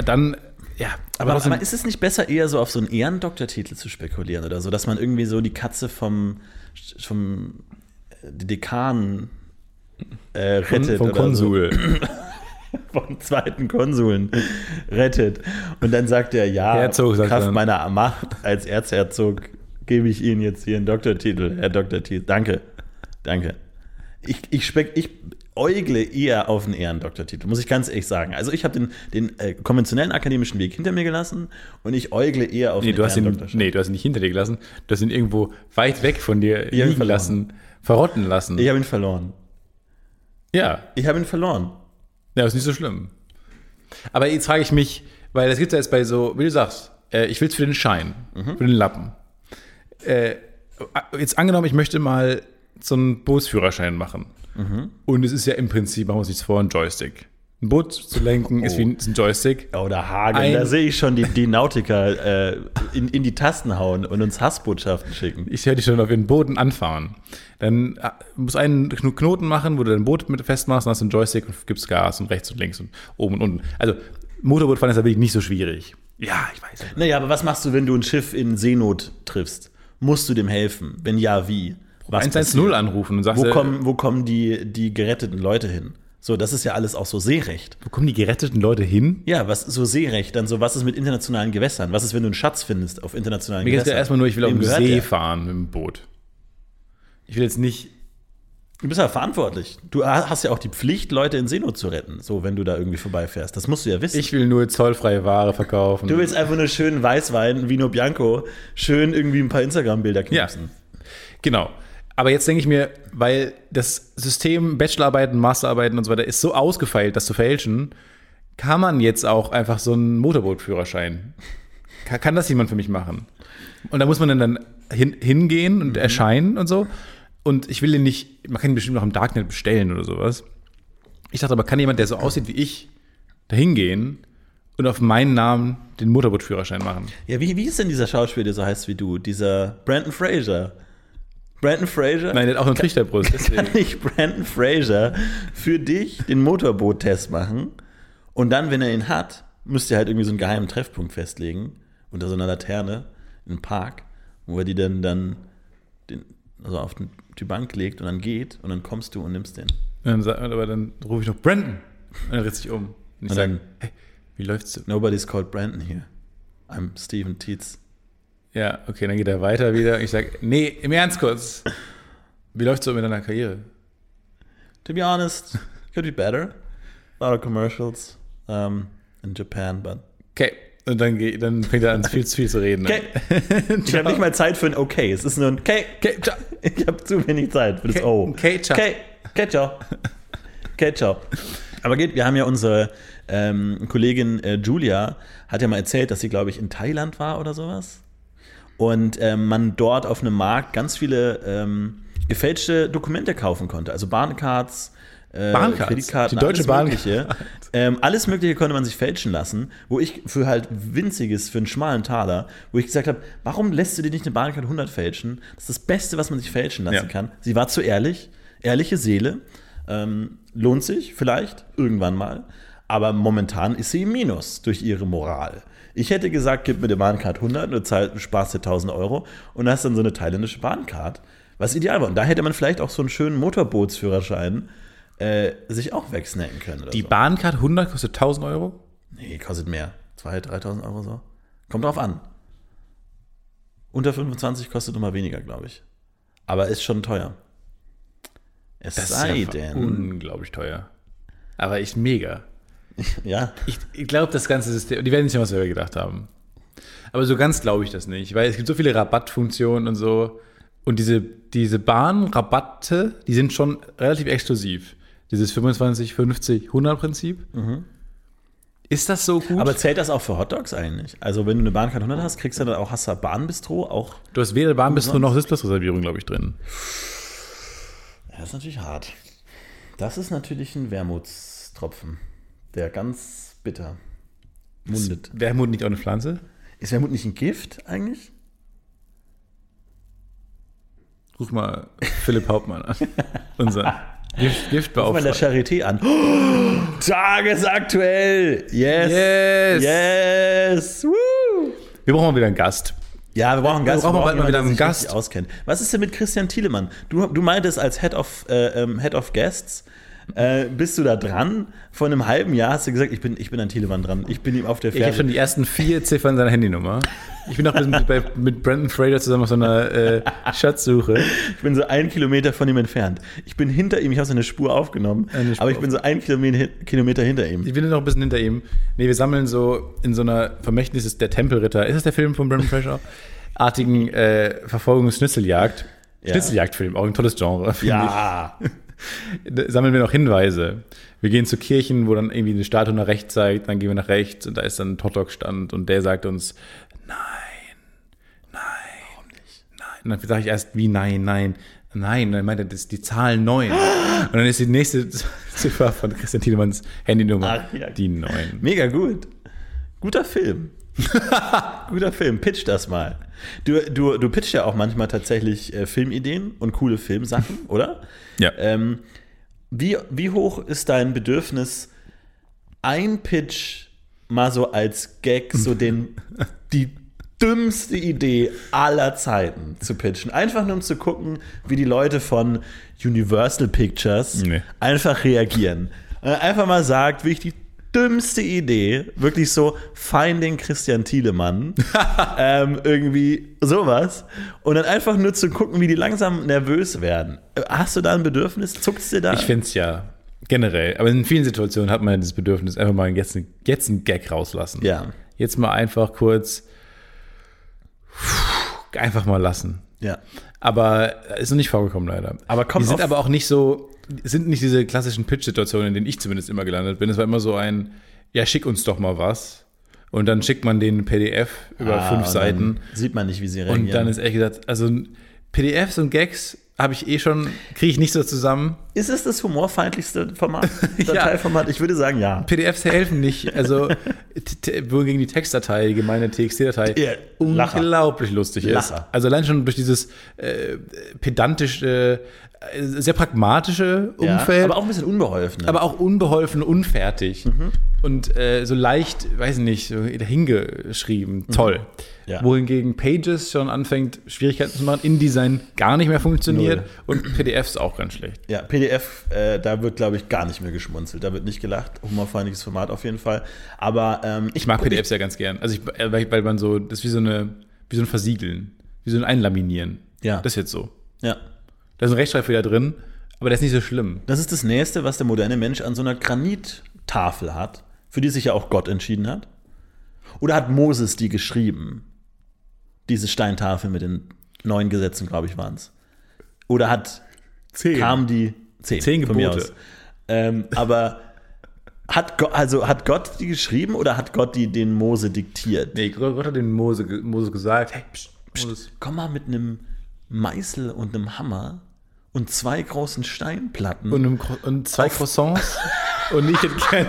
A: Dann, ja.
B: Aber,
A: trotzdem-
B: aber ist es nicht besser, eher so auf so einen Ehrendoktortitel zu spekulieren oder so, dass man irgendwie so die Katze vom, vom äh, Dekan äh, rettet?
A: vom
B: oder
A: Konsul.
B: (clears throat) So, vom zweiten Konsuln rettet. Und dann sagt er, ja,
A: Herzog, sagt
B: Kraft
A: er dann.
B: meiner Macht als Erzherzog gebe ich Ihnen jetzt hier einen Doktortitel, Herr Doktortitel. Danke, danke. Ich, ich, spek ich äugle eher auf einen Ehrendoktortitel, muss ich ganz ehrlich sagen. Also ich habe den, den äh, konventionellen akademischen Weg hinter mir gelassen und ich äugle eher auf
A: Nee,
B: einen
A: du hast ihn,
B: Ehrendoktortitel.
A: nee, du hast ihn nicht hinter dir gelassen. Du hast ihn irgendwo weit weg von dir
B: ihn
A: liegen
B: verloren.
A: lassen, verrotten lassen.
B: Ich habe ihn verloren.
A: ja,
B: Ich habe ihn verloren.
A: ja, ist nicht so schlimm. Aber jetzt frage ich mich, weil das gibt ja jetzt bei so, wie du sagst, äh, ich will es für den Schein, für den Lappen. Äh, jetzt angenommen, ich möchte mal so einen Bootsführerschein machen. Und es ist ja im Prinzip, machen wir uns nichts vor, ein Joystick. Ein Boot zu lenken ist wie ein, ist ein Joystick.
B: Oder Hagen,
A: Ein-
B: Oh, da sehe ich schon die, die Nautiker äh, in, in die Tasten hauen und uns Hassbotschaften schicken.
A: ich höre dich schon auf ihren Boden anfahren. Dann äh, musst du einen Kno- Knoten machen, wo du dein Boot mit festmachst, dann hast du einen Joystick und gibst Gas und rechts und links und oben und unten. Also Motorbootfahren ist da wirklich nicht so schwierig. Ja, ich weiß.
B: Naja, aber was machst du, wenn du ein Schiff in Seenot triffst? Musst du dem helfen? Wenn ja, wie? Was
A: 110 anrufen und sagst,
B: wo,
A: äh,
B: kommen, wo kommen die, die geretteten Leute hin? So, das ist ja alles auch so Seerecht.
A: wo kommen die geretteten Leute hin?
B: Ja, was so Seerecht, dann so, was ist mit internationalen Gewässern? Was ist, wenn du einen Schatz findest auf internationalen
A: Mir geht es
B: Gewässern?
A: ja erstmal nur, ich will auf
B: Wem
A: dem
B: gehört
A: See
B: der?
A: fahren mit dem Boot. Ich will jetzt nicht.
B: Du bist ja verantwortlich. Du hast ja auch die Pflicht, Leute in Seenot zu retten, so wenn du da irgendwie vorbeifährst. Das musst du ja wissen.
A: Ich will nur zollfreie Ware verkaufen.
B: du willst einfach nur schön Weißwein, Vino Bianco, schön irgendwie ein paar Instagram-Bilder
A: Ja,
B: knipsen.
A: genau. Aber jetzt denke ich mir, weil das System Bachelorarbeiten, Masterarbeiten und so weiter ist so ausgefeilt, das zu fälschen, kann man jetzt auch einfach so einen Motorbootführerschein. Kann, kann das jemand für mich machen? Und da muss man dann, dann hin, hingehen und erscheinen und so. Und ich will den nicht, man kann ihn bestimmt noch im Darknet bestellen oder sowas. Ich dachte aber, kann jemand, der so aussieht wie ich, da hingehen und auf meinen Namen den Motorbootführerschein machen?
B: Ja, wie, wie ist denn dieser Schauspieler, der so heißt wie du? Dieser Brandon Fraser. Brandon Fraser?
A: Nein, der hat auch eine Trichterbrust. Deswegen.
B: (laughs) Kann nicht Brandon Fraser für dich den Motorboot-Test machen? Und dann, wenn er ihn hat, müsst ihr halt irgendwie so einen geheimen Treffpunkt festlegen. Unter so einer Laterne im Park, wo er die dann, dann den, also auf den, die Bank legt und dann geht und dann kommst du und nimmst den.
A: Und dann, sa- aber dann rufe ich noch Brandon. Und dann dreht sich um. Und ich
B: Und
A: sage,
B: dann,
A: hey, wie läuft's denn?
B: nobody's called Brandon here. I'm Steven Tietz.
A: Ja, okay, dann geht er weiter wieder. Und ich sage, nee, im Ernst kurz. Wie läuft's so mit deiner Karriere?
B: To be honest, could be better. A lot of commercials um, in Japan, but
A: Okay. Und dann, geh- dann fängt er an, viel zu viel zu reden. (laughs)
B: Okay. (laughs) Ich habe nicht mal Zeit für ein Okay. Es ist nur ein Okay.
A: Okay, ciao.
B: (laughs) Ich habe zu wenig Zeit für das
A: Okay,
B: Oh.
A: okay, ciao.
B: Okay, okay, ciao. Okay, ciao. Aber geht, wir haben ja unsere ähm, Kollegin äh, Julia, hat ja mal erzählt, dass sie, glaube ich, in Thailand war oder sowas. Und ähm, man dort auf einem Markt ganz viele ähm, gefälschte Dokumente kaufen konnte. Also Bahncards, äh,
A: Bahncards?
B: Kreditkarten,
A: Die Deutsche
B: alles
A: Bahn-
B: Mögliche. ähm, alles Mögliche konnte man sich fälschen lassen, wo ich für halt winziges, für einen schmalen Taler, wo ich gesagt habe, warum lässt du dir nicht eine Bahncard 100 fälschen? Das ist das Beste, was man sich fälschen lassen
A: Ja.
B: kann. Sie war zu ehrlich, ehrliche Seele. Ähm, lohnt sich vielleicht irgendwann mal, aber momentan ist sie im Minus durch ihre Moral. Ich hätte gesagt, gib mir die Bahncard 100 und du zahl- sparst dir 1000 Euro und hast dann so eine thailändische Bahncard, was ideal war. Und da hätte man vielleicht auch so einen schönen Motorbootsführerschein äh, sich auch wegsnacken können. Oder
A: Die
B: so.
A: Bahncard 100 kostet 1000 Euro?
B: Nee, kostet mehr. 2.000, 3.000 Euro so. Kommt drauf an. Unter 25 kostet immer weniger, glaube ich. Aber ist schon teuer. Es
A: Das
B: sei
A: ist ja
B: denn.
A: unglaublich teuer. Aber echt mega.
B: Ja.
A: Ich, ich glaube, das ganze System, die werden sich ja was selber gedacht haben. Aber so ganz glaube ich das nicht, weil es gibt so viele Rabattfunktionen und so. Und diese, diese Bahnrabatte, die sind schon relativ exklusiv. Dieses 25, 50, 100 Prinzip. Mhm. Ist das so gut?
B: Aber zählt das auch für Hotdogs eigentlich? Also, wenn du eine Bahncard 100 hast, kriegst du dann auch, hast du ein Bahnbistro auch.
A: du hast weder Bahnbistro noch Sitzplatzreservierung, glaube ich, drin.
B: Ja, Das ist natürlich hart. Das ist natürlich ein Wermutstropfen. Der ganz bitter mundet.
A: Ist Wermut nicht auch eine Pflanze?
B: Ist Wermut nicht ein Gift eigentlich?
A: Ruf mal Philipp Hauptmann (laughs) an. Unser Gift,
B: Guck mal der
A: Giftbeauftragter.
B: Charité an. (gasps) Oh, tagesaktuell! Yes!
A: Yes!
B: Yes! Woo!
A: Wir brauchen mal wieder einen Gast.
B: Ja, wir brauchen einen Gast.
A: brauchen bald mal wieder
B: jemanden, der
A: einen
B: sich richtig
A: Gast.
B: Auskennt. Was ist denn mit Christian Thielemann? Du, du meintest als Head of, äh, ähm, Head of Guests, äh, bist du da dran? Vor einem halben Jahr hast du gesagt, ich bin, ich bin an Thielemann dran. Ich bin ihm auf der
A: Ich habe
B: Fährte.
A: schon die ersten vier Ziffern seiner Handynummer. Ich bin auch mit, bei, mit Brandon Fraser zusammen auf so einer äh, Schatzsuche.
B: Ich bin so einen Kilometer von ihm entfernt. Ich bin hinter ihm, ich habe seine Spur aufgenommen,
A: Eine Spur
B: aber ich bin so einen Kilometer, Kilometer hinter ihm.
A: Ich bin noch ein bisschen hinter ihm. Nee, wir sammeln so in so einer Vermächtnis ist der Tempelritter. Ist das der Film von Brandon Fraser? Artigen äh, Verfolgungs-Schnitzeljagd.
B: Ja.
A: Schnitzeljagdfilm, auch ein tolles Genre. finde
B: Ja,
A: ich. Da Sammeln wir noch Hinweise. Wir gehen zu Kirchen, wo dann irgendwie eine Statue nach rechts zeigt, dann gehen wir nach rechts und da ist dann ein Hotdog-Stand und der sagt uns, Und dann sage ich erst, wie nein, nein, nein. Und dann meint er, das ist die Zahl 9. Und dann ist die nächste (laughs) Ziffer von Christian Thielemanns Handynummer
B: Ach, ja.
A: die 9.
B: mega gut. Guter Film. (laughs) Guter Film, pitch das mal. Du, du, du pitchst ja auch manchmal tatsächlich äh, Filmideen und coole Filmsachen, (laughs) oder?
A: Ja.
B: Ähm, wie, wie hoch ist dein Bedürfnis, ein Pitch mal so als Gag, so den, die dümmste Idee aller Zeiten zu pitchen? Einfach nur um zu gucken, wie die Leute von Universal Pictures
A: Nee.
B: einfach reagieren. Äh, Einfach mal sagt, wie ich die dümmste Idee, wirklich so Finding Christian Thielemann,
A: (laughs)
B: ähm, irgendwie sowas. Und dann einfach nur zu gucken, wie die langsam nervös werden. Äh, Hast du da ein Bedürfnis? Zuckst du da?
A: Ich finde es ja generell, aber in vielen Situationen hat man ja das Bedürfnis, einfach mal jetzt, jetzt einen Gag rauslassen.
B: ja,
A: Jetzt mal einfach kurz, einfach mal lassen.
B: ja.
A: Aber äh, ist noch nicht vorgekommen, leider.
B: Aber kommt
A: die sind
B: auf-
A: aber auch nicht so, sind nicht diese klassischen Pitch-Situationen, in denen ich zumindest immer gelandet bin. Es war immer so ein, ja, schick uns doch mal was. Und dann schickt man denen ein PDF über
B: Ah, und
A: fünf
B: dann
A: Seiten.
B: Sieht man nicht, wie sie reagieren.
A: Und dann ist ehrlich gesagt, also PDFs und Gags habe ich eh schon, kriege ich nicht so zusammen.
B: ist es das humorfeindlichste
A: (laughs)
B: Format,
A: Ja.
B: Dateiformat? Ich würde sagen, ja.
A: PDFs helfen nicht. Also t- t- wohingegen die Textdatei, die gemeine TXT-Datei,
B: Ja, Lacher.
A: unglaublich lustig ist.
B: Lacher.
A: Also allein schon durch dieses äh, pedantische, äh, sehr pragmatische Umfeld,
B: Ja, aber
A: aber, auch,
B: auch Mhm. ein bisschen unbeholfen. ne?
A: unbeholfen, unfertig. Und äh, so leicht, weiß nicht, so dahingeschrieben. Toll.
B: Mhm. Ja.
A: Wohingegen Pages schon anfängt, Schwierigkeiten zu machen, InDesign gar nicht mehr funktioniert und PDFs auch ganz schlecht.
B: Ja, PDF, äh, da wird, glaube ich, gar nicht mehr geschmunzelt. Da wird nicht gelacht. Humorfeindliches Format auf jeden Fall. Aber ähm,
A: Ich mag PDFs ja ganz gern. Also ich, äh, weil, weil man so, das ist wie so eine, wie so ein Versiegeln, wie so ein Einlaminieren.
B: Ja.
A: Das ist jetzt so.
B: ja,
A: Da ist ein Rechtschreibfehler drin, aber der ist nicht so schlimm.
B: das ist das Nächste, was der moderne Mensch an so einer Granittafel hat, für die sich ja auch Gott entschieden hat. Oder hat Moses die geschrieben? Diese Steintafel mit den neun Gesetzen, glaube ich, waren es. Oder hat
A: Zehn.
B: kam die zehn,
A: Zehn
B: von mir
A: Gebote.
B: aus. Ähm, aber hat Gott, also hat Gott die geschrieben oder hat Gott die den Mose diktiert?
A: Nee, Gott Gott hat dem Mose, ge- Moses gesagt, hey, pst, pst. Moses.
B: Komm mal mit einem Meißel und einem Hammer und zwei großen Steinplatten
A: Und, einem, Cro- und zwei (laughs) Croissants und ich hätte gerne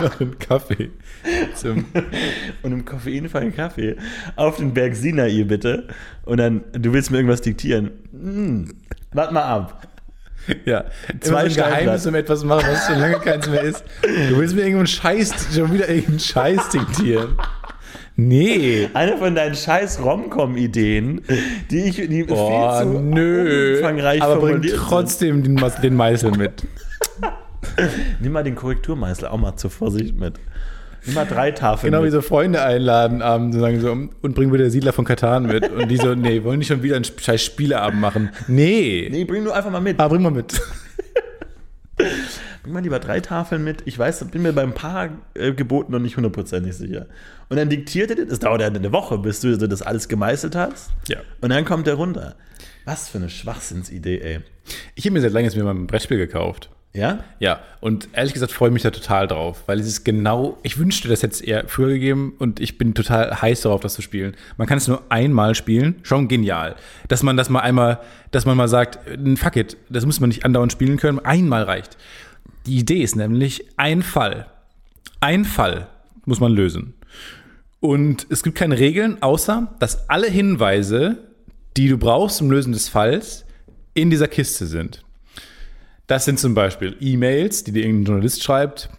A: noch einen Kaffee. (laughs) Zum,
B: (laughs) und einem koffeinfreien Kaffee auf den Berg Sinai bitte. Und dann, du willst mir irgendwas diktieren. Hm, wart mal ab.
A: ja, zwei
B: Zwei
A: so ein Geheimnis
B: Steinplatten.
A: um etwas machen, was schon lange keins mehr ist. Du willst mir irgendeinen Scheiß, schon wieder irgendeinen Scheiß diktieren. Nee.
B: Eine von deinen scheiß Romcom-Ideen, die ich die
A: Oh,
B: viel zu
A: nö.
B: umfangreich
A: Aber bring
B: formuliert sind.
A: trotzdem den, Mas- den Meißel mit.
B: Nimm mal den Korrekturmeißel auch mal zur Vorsicht mit. Immer drei
A: (laughs)
B: Tafeln.
A: Genau wie
B: mit.
A: so Freunde einladen abends und sagen so, "Um, und bring bitte Siedler von Katan mit. Und die so, nee, wollen nicht schon wieder einen scheiß Spieleabend machen. Nee.
B: Nee, bring nur einfach mal mit.
A: Ah, bring mal mit.
B: Bring mal lieber drei Tafeln mit. Ich weiß, bin mir bei ein paar äh, Geboten noch nicht hundertprozentig sicher. Und dann diktiert er dir, das dauert ja eine Woche, bis du das alles gemeißelt hast.
A: Ja.
B: Und dann kommt er runter. Was für eine Schwachsinnsidee, ey.
A: Ich habe mir seit langem jetzt mir mal ein Brettspiel gekauft.
B: Ja?
A: Ja, und ehrlich gesagt freue ich mich da total drauf, weil es ist genau, ich wünschte, das hätte es eher früher gegeben und ich bin total heiß darauf, das zu spielen. Man kann es nur einmal spielen, schon genial. Dass man das mal einmal, dass man mal sagt, n, fuck it, das muss man nicht andauernd spielen können, einmal reicht. Die Idee ist nämlich, ein Fall, ein Fall muss man lösen. Und es gibt keine Regeln, außer, dass alle Hinweise, die du brauchst zum Lösen des Falls, in dieser Kiste sind. Das sind zum Beispiel E-Mails, die dir irgendein Journalist schreibt.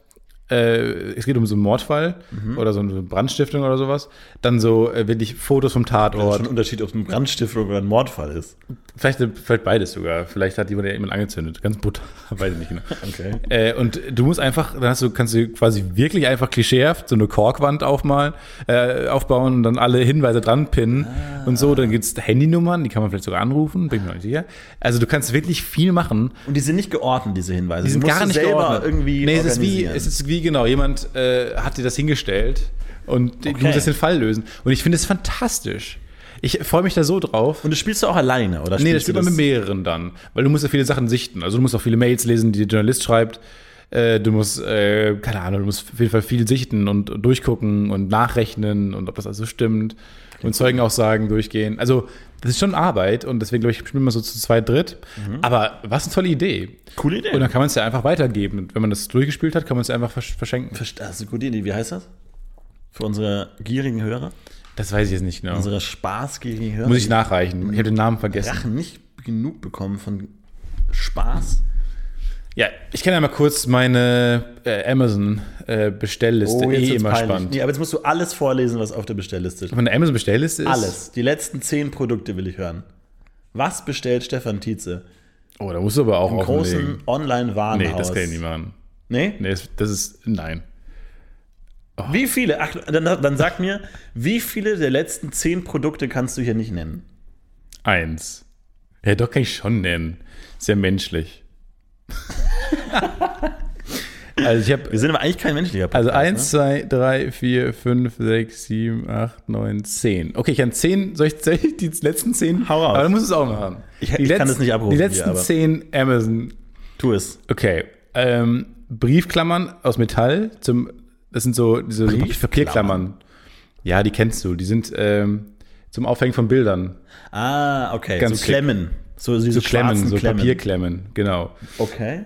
A: Äh, es geht um so einen Mordfall oder so eine Brandstiftung oder sowas. Dann so äh, wirklich Fotos vom
B: Das ist
A: Tatort.
B: schon ein Unterschied, ob es eine Brandstiftung oder ein Mordfall ist.
A: Vielleicht, vielleicht beides sogar. Vielleicht hat jemand ja jemand angezündet. Ganz brutal. (laughs) Weiß ich nicht genau.
B: Okay.
A: Äh, und du musst einfach, dann hast du, kannst du quasi wirklich einfach klischeehaft so eine Korkwand aufmalen, äh, aufbauen und dann alle Hinweise dran pinnen und so. Dann gibt's Handynummern, die kann man vielleicht sogar anrufen, bin ich mir noch nicht sicher. Also du kannst wirklich viel machen.
B: Und die sind nicht geordnet, diese Hinweise.
A: Die sind
B: musst
A: gar
B: du
A: nicht
B: selber
A: geordnet.
B: irgendwie
A: nee, es ist wie,
B: organisieren.
A: es ist wie genau, jemand äh, hat dir das hingestellt und du
B: Okay.
A: musst jetzt den Fall lösen. Und ich finde es fantastisch. Ich freue mich da so drauf.
B: Und das spielst du auch alleine, oder?
A: Nee, das
B: spielst
A: spielt man
B: du
A: mit mehreren dann, weil du musst ja viele Sachen sichten. Also du musst auch viele Mails lesen, die der Journalist schreibt. Äh, Du musst, äh, keine Ahnung, du musst auf jeden Fall viel sichten und durchgucken und nachrechnen und ob das also stimmt und Zeugenaussagen durchgehen. Also das ist schon Arbeit und deswegen glaube ich, spielen wir so zu zweit, dritt.
B: Mhm.
A: Aber was eine tolle Idee.
B: Coole Idee.
A: Und dann kann man es ja einfach weitergeben. Und wenn man das durchgespielt hat, kann man es einfach versch verschenken.
B: Verst- Das ist eine gute Idee. Wie heißt das? Für unsere gierigen Hörer?
A: Das weiß ich jetzt nicht genau.
B: Unsere spaßgierigen Hörer?
A: Muss ich nachreichen. Ich habe den Namen vergessen.
B: Rachen nicht genug bekommen von Spaß.
A: Ja, ich kann ja mal kurz meine äh, Amazon-Bestellliste. eh
B: Oh, wird's
A: immer
B: peinlich.
A: spannend.
B: Nee, aber jetzt musst du alles vorlesen, was auf der Bestellliste steht.
A: Meine Amazon-Bestellliste ist.
B: Alles. Die letzten zehn Produkte will ich hören. Was bestellt Stefan Tietze?
A: Oh, da musst du aber auch
B: Im
A: auflegen.
B: großen Online-Warenhaus.
A: Nee, das kann ich nicht machen.
B: Nee?
A: Nee, das, das ist. Nein. Oh.
B: Wie viele? Ach, dann, dann sag mir, wie viele der letzten zehn Produkte kannst du hier nicht nennen?
A: Eins. Ja, doch kann ich schon nennen. Sehr
B: (laughs)
A: menschlich. also ich habe.
B: Wir sind aber eigentlich kein menschlicher
A: Also
B: Podcast.
A: eins, zwei, drei, vier, fünf, sechs, sieben, acht, neun, zehn. Okay, ich kann zehn. Soll ich, soll ich die letzten zehn?
B: Hau raus.
A: Aber dann musst du es auch machen.
B: Ich- ich kann das nicht abrufen
A: Die
B: hier,
A: letzten
B: aber-
A: zehn Amazon
B: Ne? Tu es.
A: Okay. Ähm, Briefklammern aus Metall zum. Das sind so diese so
B: Briefklammern?
A: Papierklammern. Ja, die kennst du. Die sind ähm, zum Aufhängen von Bildern.
B: Ah, okay.
A: Ganz
B: so Klemmen. So diese
A: So Klemmen,
B: schwarzen
A: so
B: Klemmen.
A: Papierklemmen, genau.
B: Okay.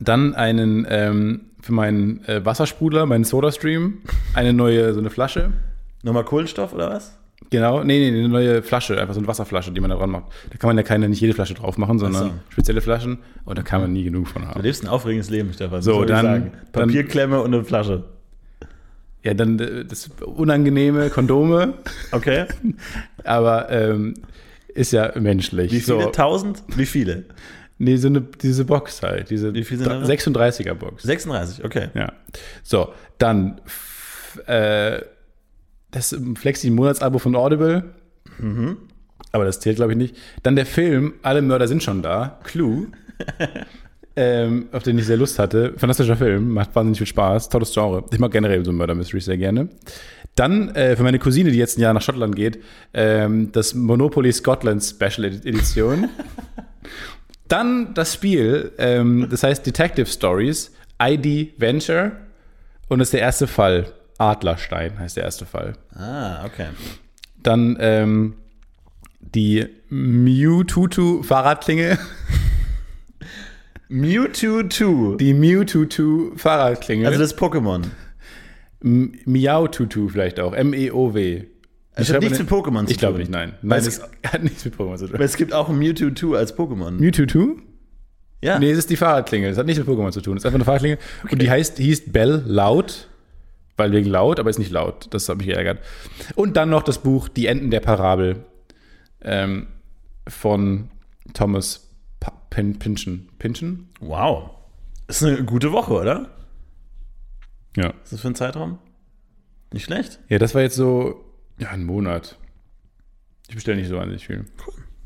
A: Dann einen ähm, für meinen äh, Wassersprudler, meinen Sodastream, eine neue, so eine Flasche.
B: Nochmal Kohlenstoff oder was?
A: Genau, nee, nee, eine neue Flasche, einfach so eine Wasserflasche, die man da dran macht. Da kann man ja keine, nicht jede Flasche drauf machen, sondern
B: Ach so.
A: spezielle Flaschen. Und da kann man nie genug von
B: Du
A: haben.
B: lebst ein aufregendes Leben, Stefan.
A: So,
B: soll ich
A: dann- dann-
B: Papierklemme und eine Flasche.
A: Ja, dann äh, das unangenehme Kondome. (laughs)
B: Okay.
A: Aber ähm, ist ja menschlich.
B: Wie viele?
A: so,
B: Tausend? Wie viele?
A: nee, so eine, diese Box halt, diese
B: Wie viel sind da drin?
A: 36er Box.
B: 36, okay.
A: Ja. So, dann f- äh, das Flexi-Monatsabo von Audible. Aber das zählt, glaube ich, nicht. Dann der Film Alle Mörder sind schon da. Clue. ähm, auf den ich sehr Lust hatte. Fantastischer Film, macht wahnsinnig viel Spaß. Tolles Genre. Ich mag generell so Mörder-Mysteries sehr gerne. Dann äh, für meine Cousine, die jetzt ein Jahr nach Schottland geht, ähm, das Monopoly Scotland Special Edi- Edition. Dann das Spiel, ähm, das heißt Detective Stories, ID Venture und das ist der erste Fall. Adlerstein heißt der erste Fall.
B: Ah, okay.
A: Dann ähm, die Mewtutu Fahrradklinge. (laughs)
B: Mewtwo 2.
A: Die Mewtutu Fahrradklinge.
B: Also das Pokémon.
A: M- Miau-Tutu vielleicht auch. E M-E-O-W.
B: Das
A: schreibt
B: hat
A: man
B: nichts
A: denn-
B: mit Pokémon zu
A: Ich glaube
B: tun.
A: nicht, nein.
B: Weil
A: Nein,
B: es-
A: das hat nichts mit Pokémon zu
B: Aber
A: tun.
B: es gibt auch ein Mewtwo 2 als Pokémon.
A: Mewtutu?
B: Ja.
A: Nee, es ist die Fahrradklinge. Das hat nichts mit Pokémon zu tun. Das ist einfach eine Fahrradklinge. Und die heißt, hieß Bell laut. Weil wegen laut, aber ist nicht laut. Das hat mich geärgert. Und dann noch das Buch Die Enden der Parabel ähm, von Thomas Pa- Pin Pynchon. Pynchon?
B: Wow. Ist eine gute Woche, oder?
A: Ja.
B: Was ist das für ein Zeitraum? Nicht schlecht?
A: Ja, das war jetzt so, ja, ein Monat. Ich bestelle nicht so an sich viel.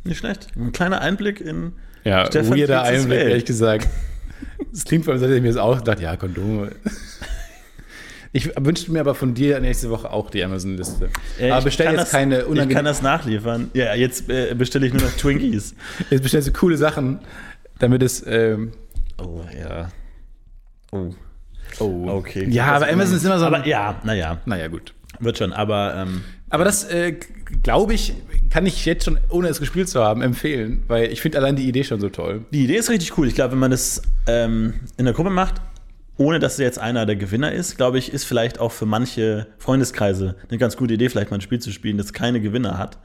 B: Nicht schlecht. Ein kleiner Einblick in
A: Ja,
B: Stefan
A: weirder
B: Kitzes
A: Einblick,
B: Welt.
A: ehrlich gesagt. Es klingt vor allem, als hätte ich mir das auch gedacht, ja, Kondome. Ich wünschte mir aber von dir nächste Woche auch die Amazon-Liste.
B: Äh,
A: aber
B: ich
A: bestell
B: kann
A: jetzt
B: das,
A: keine
B: Ich kann
A: unangenehm,
B: das nachliefern. Ja, jetzt äh, bestelle ich nur noch Twinkies.
A: Jetzt bestellst du coole Sachen, damit es. Ähm,
B: Oh, ja. Oh.
A: oh.
B: Okay. Also,
A: Ja, aber Amazon ist immer so.
B: Aber ja, naja,
A: naja, gut.
B: wird schon. Aber ähm,
A: Aber das, äh, glaube ich, kann ich jetzt schon, ohne es gespielt zu haben, empfehlen, weil ich finde allein die Idee schon so toll.
B: die Idee ist richtig cool. Ich glaube, wenn man das ähm, in der Gruppe macht, ohne dass jetzt einer der Gewinner ist, glaube ich, ist vielleicht auch für manche Freundeskreise eine ganz gute Idee, vielleicht mal ein Spiel zu spielen, das keine Gewinner hat.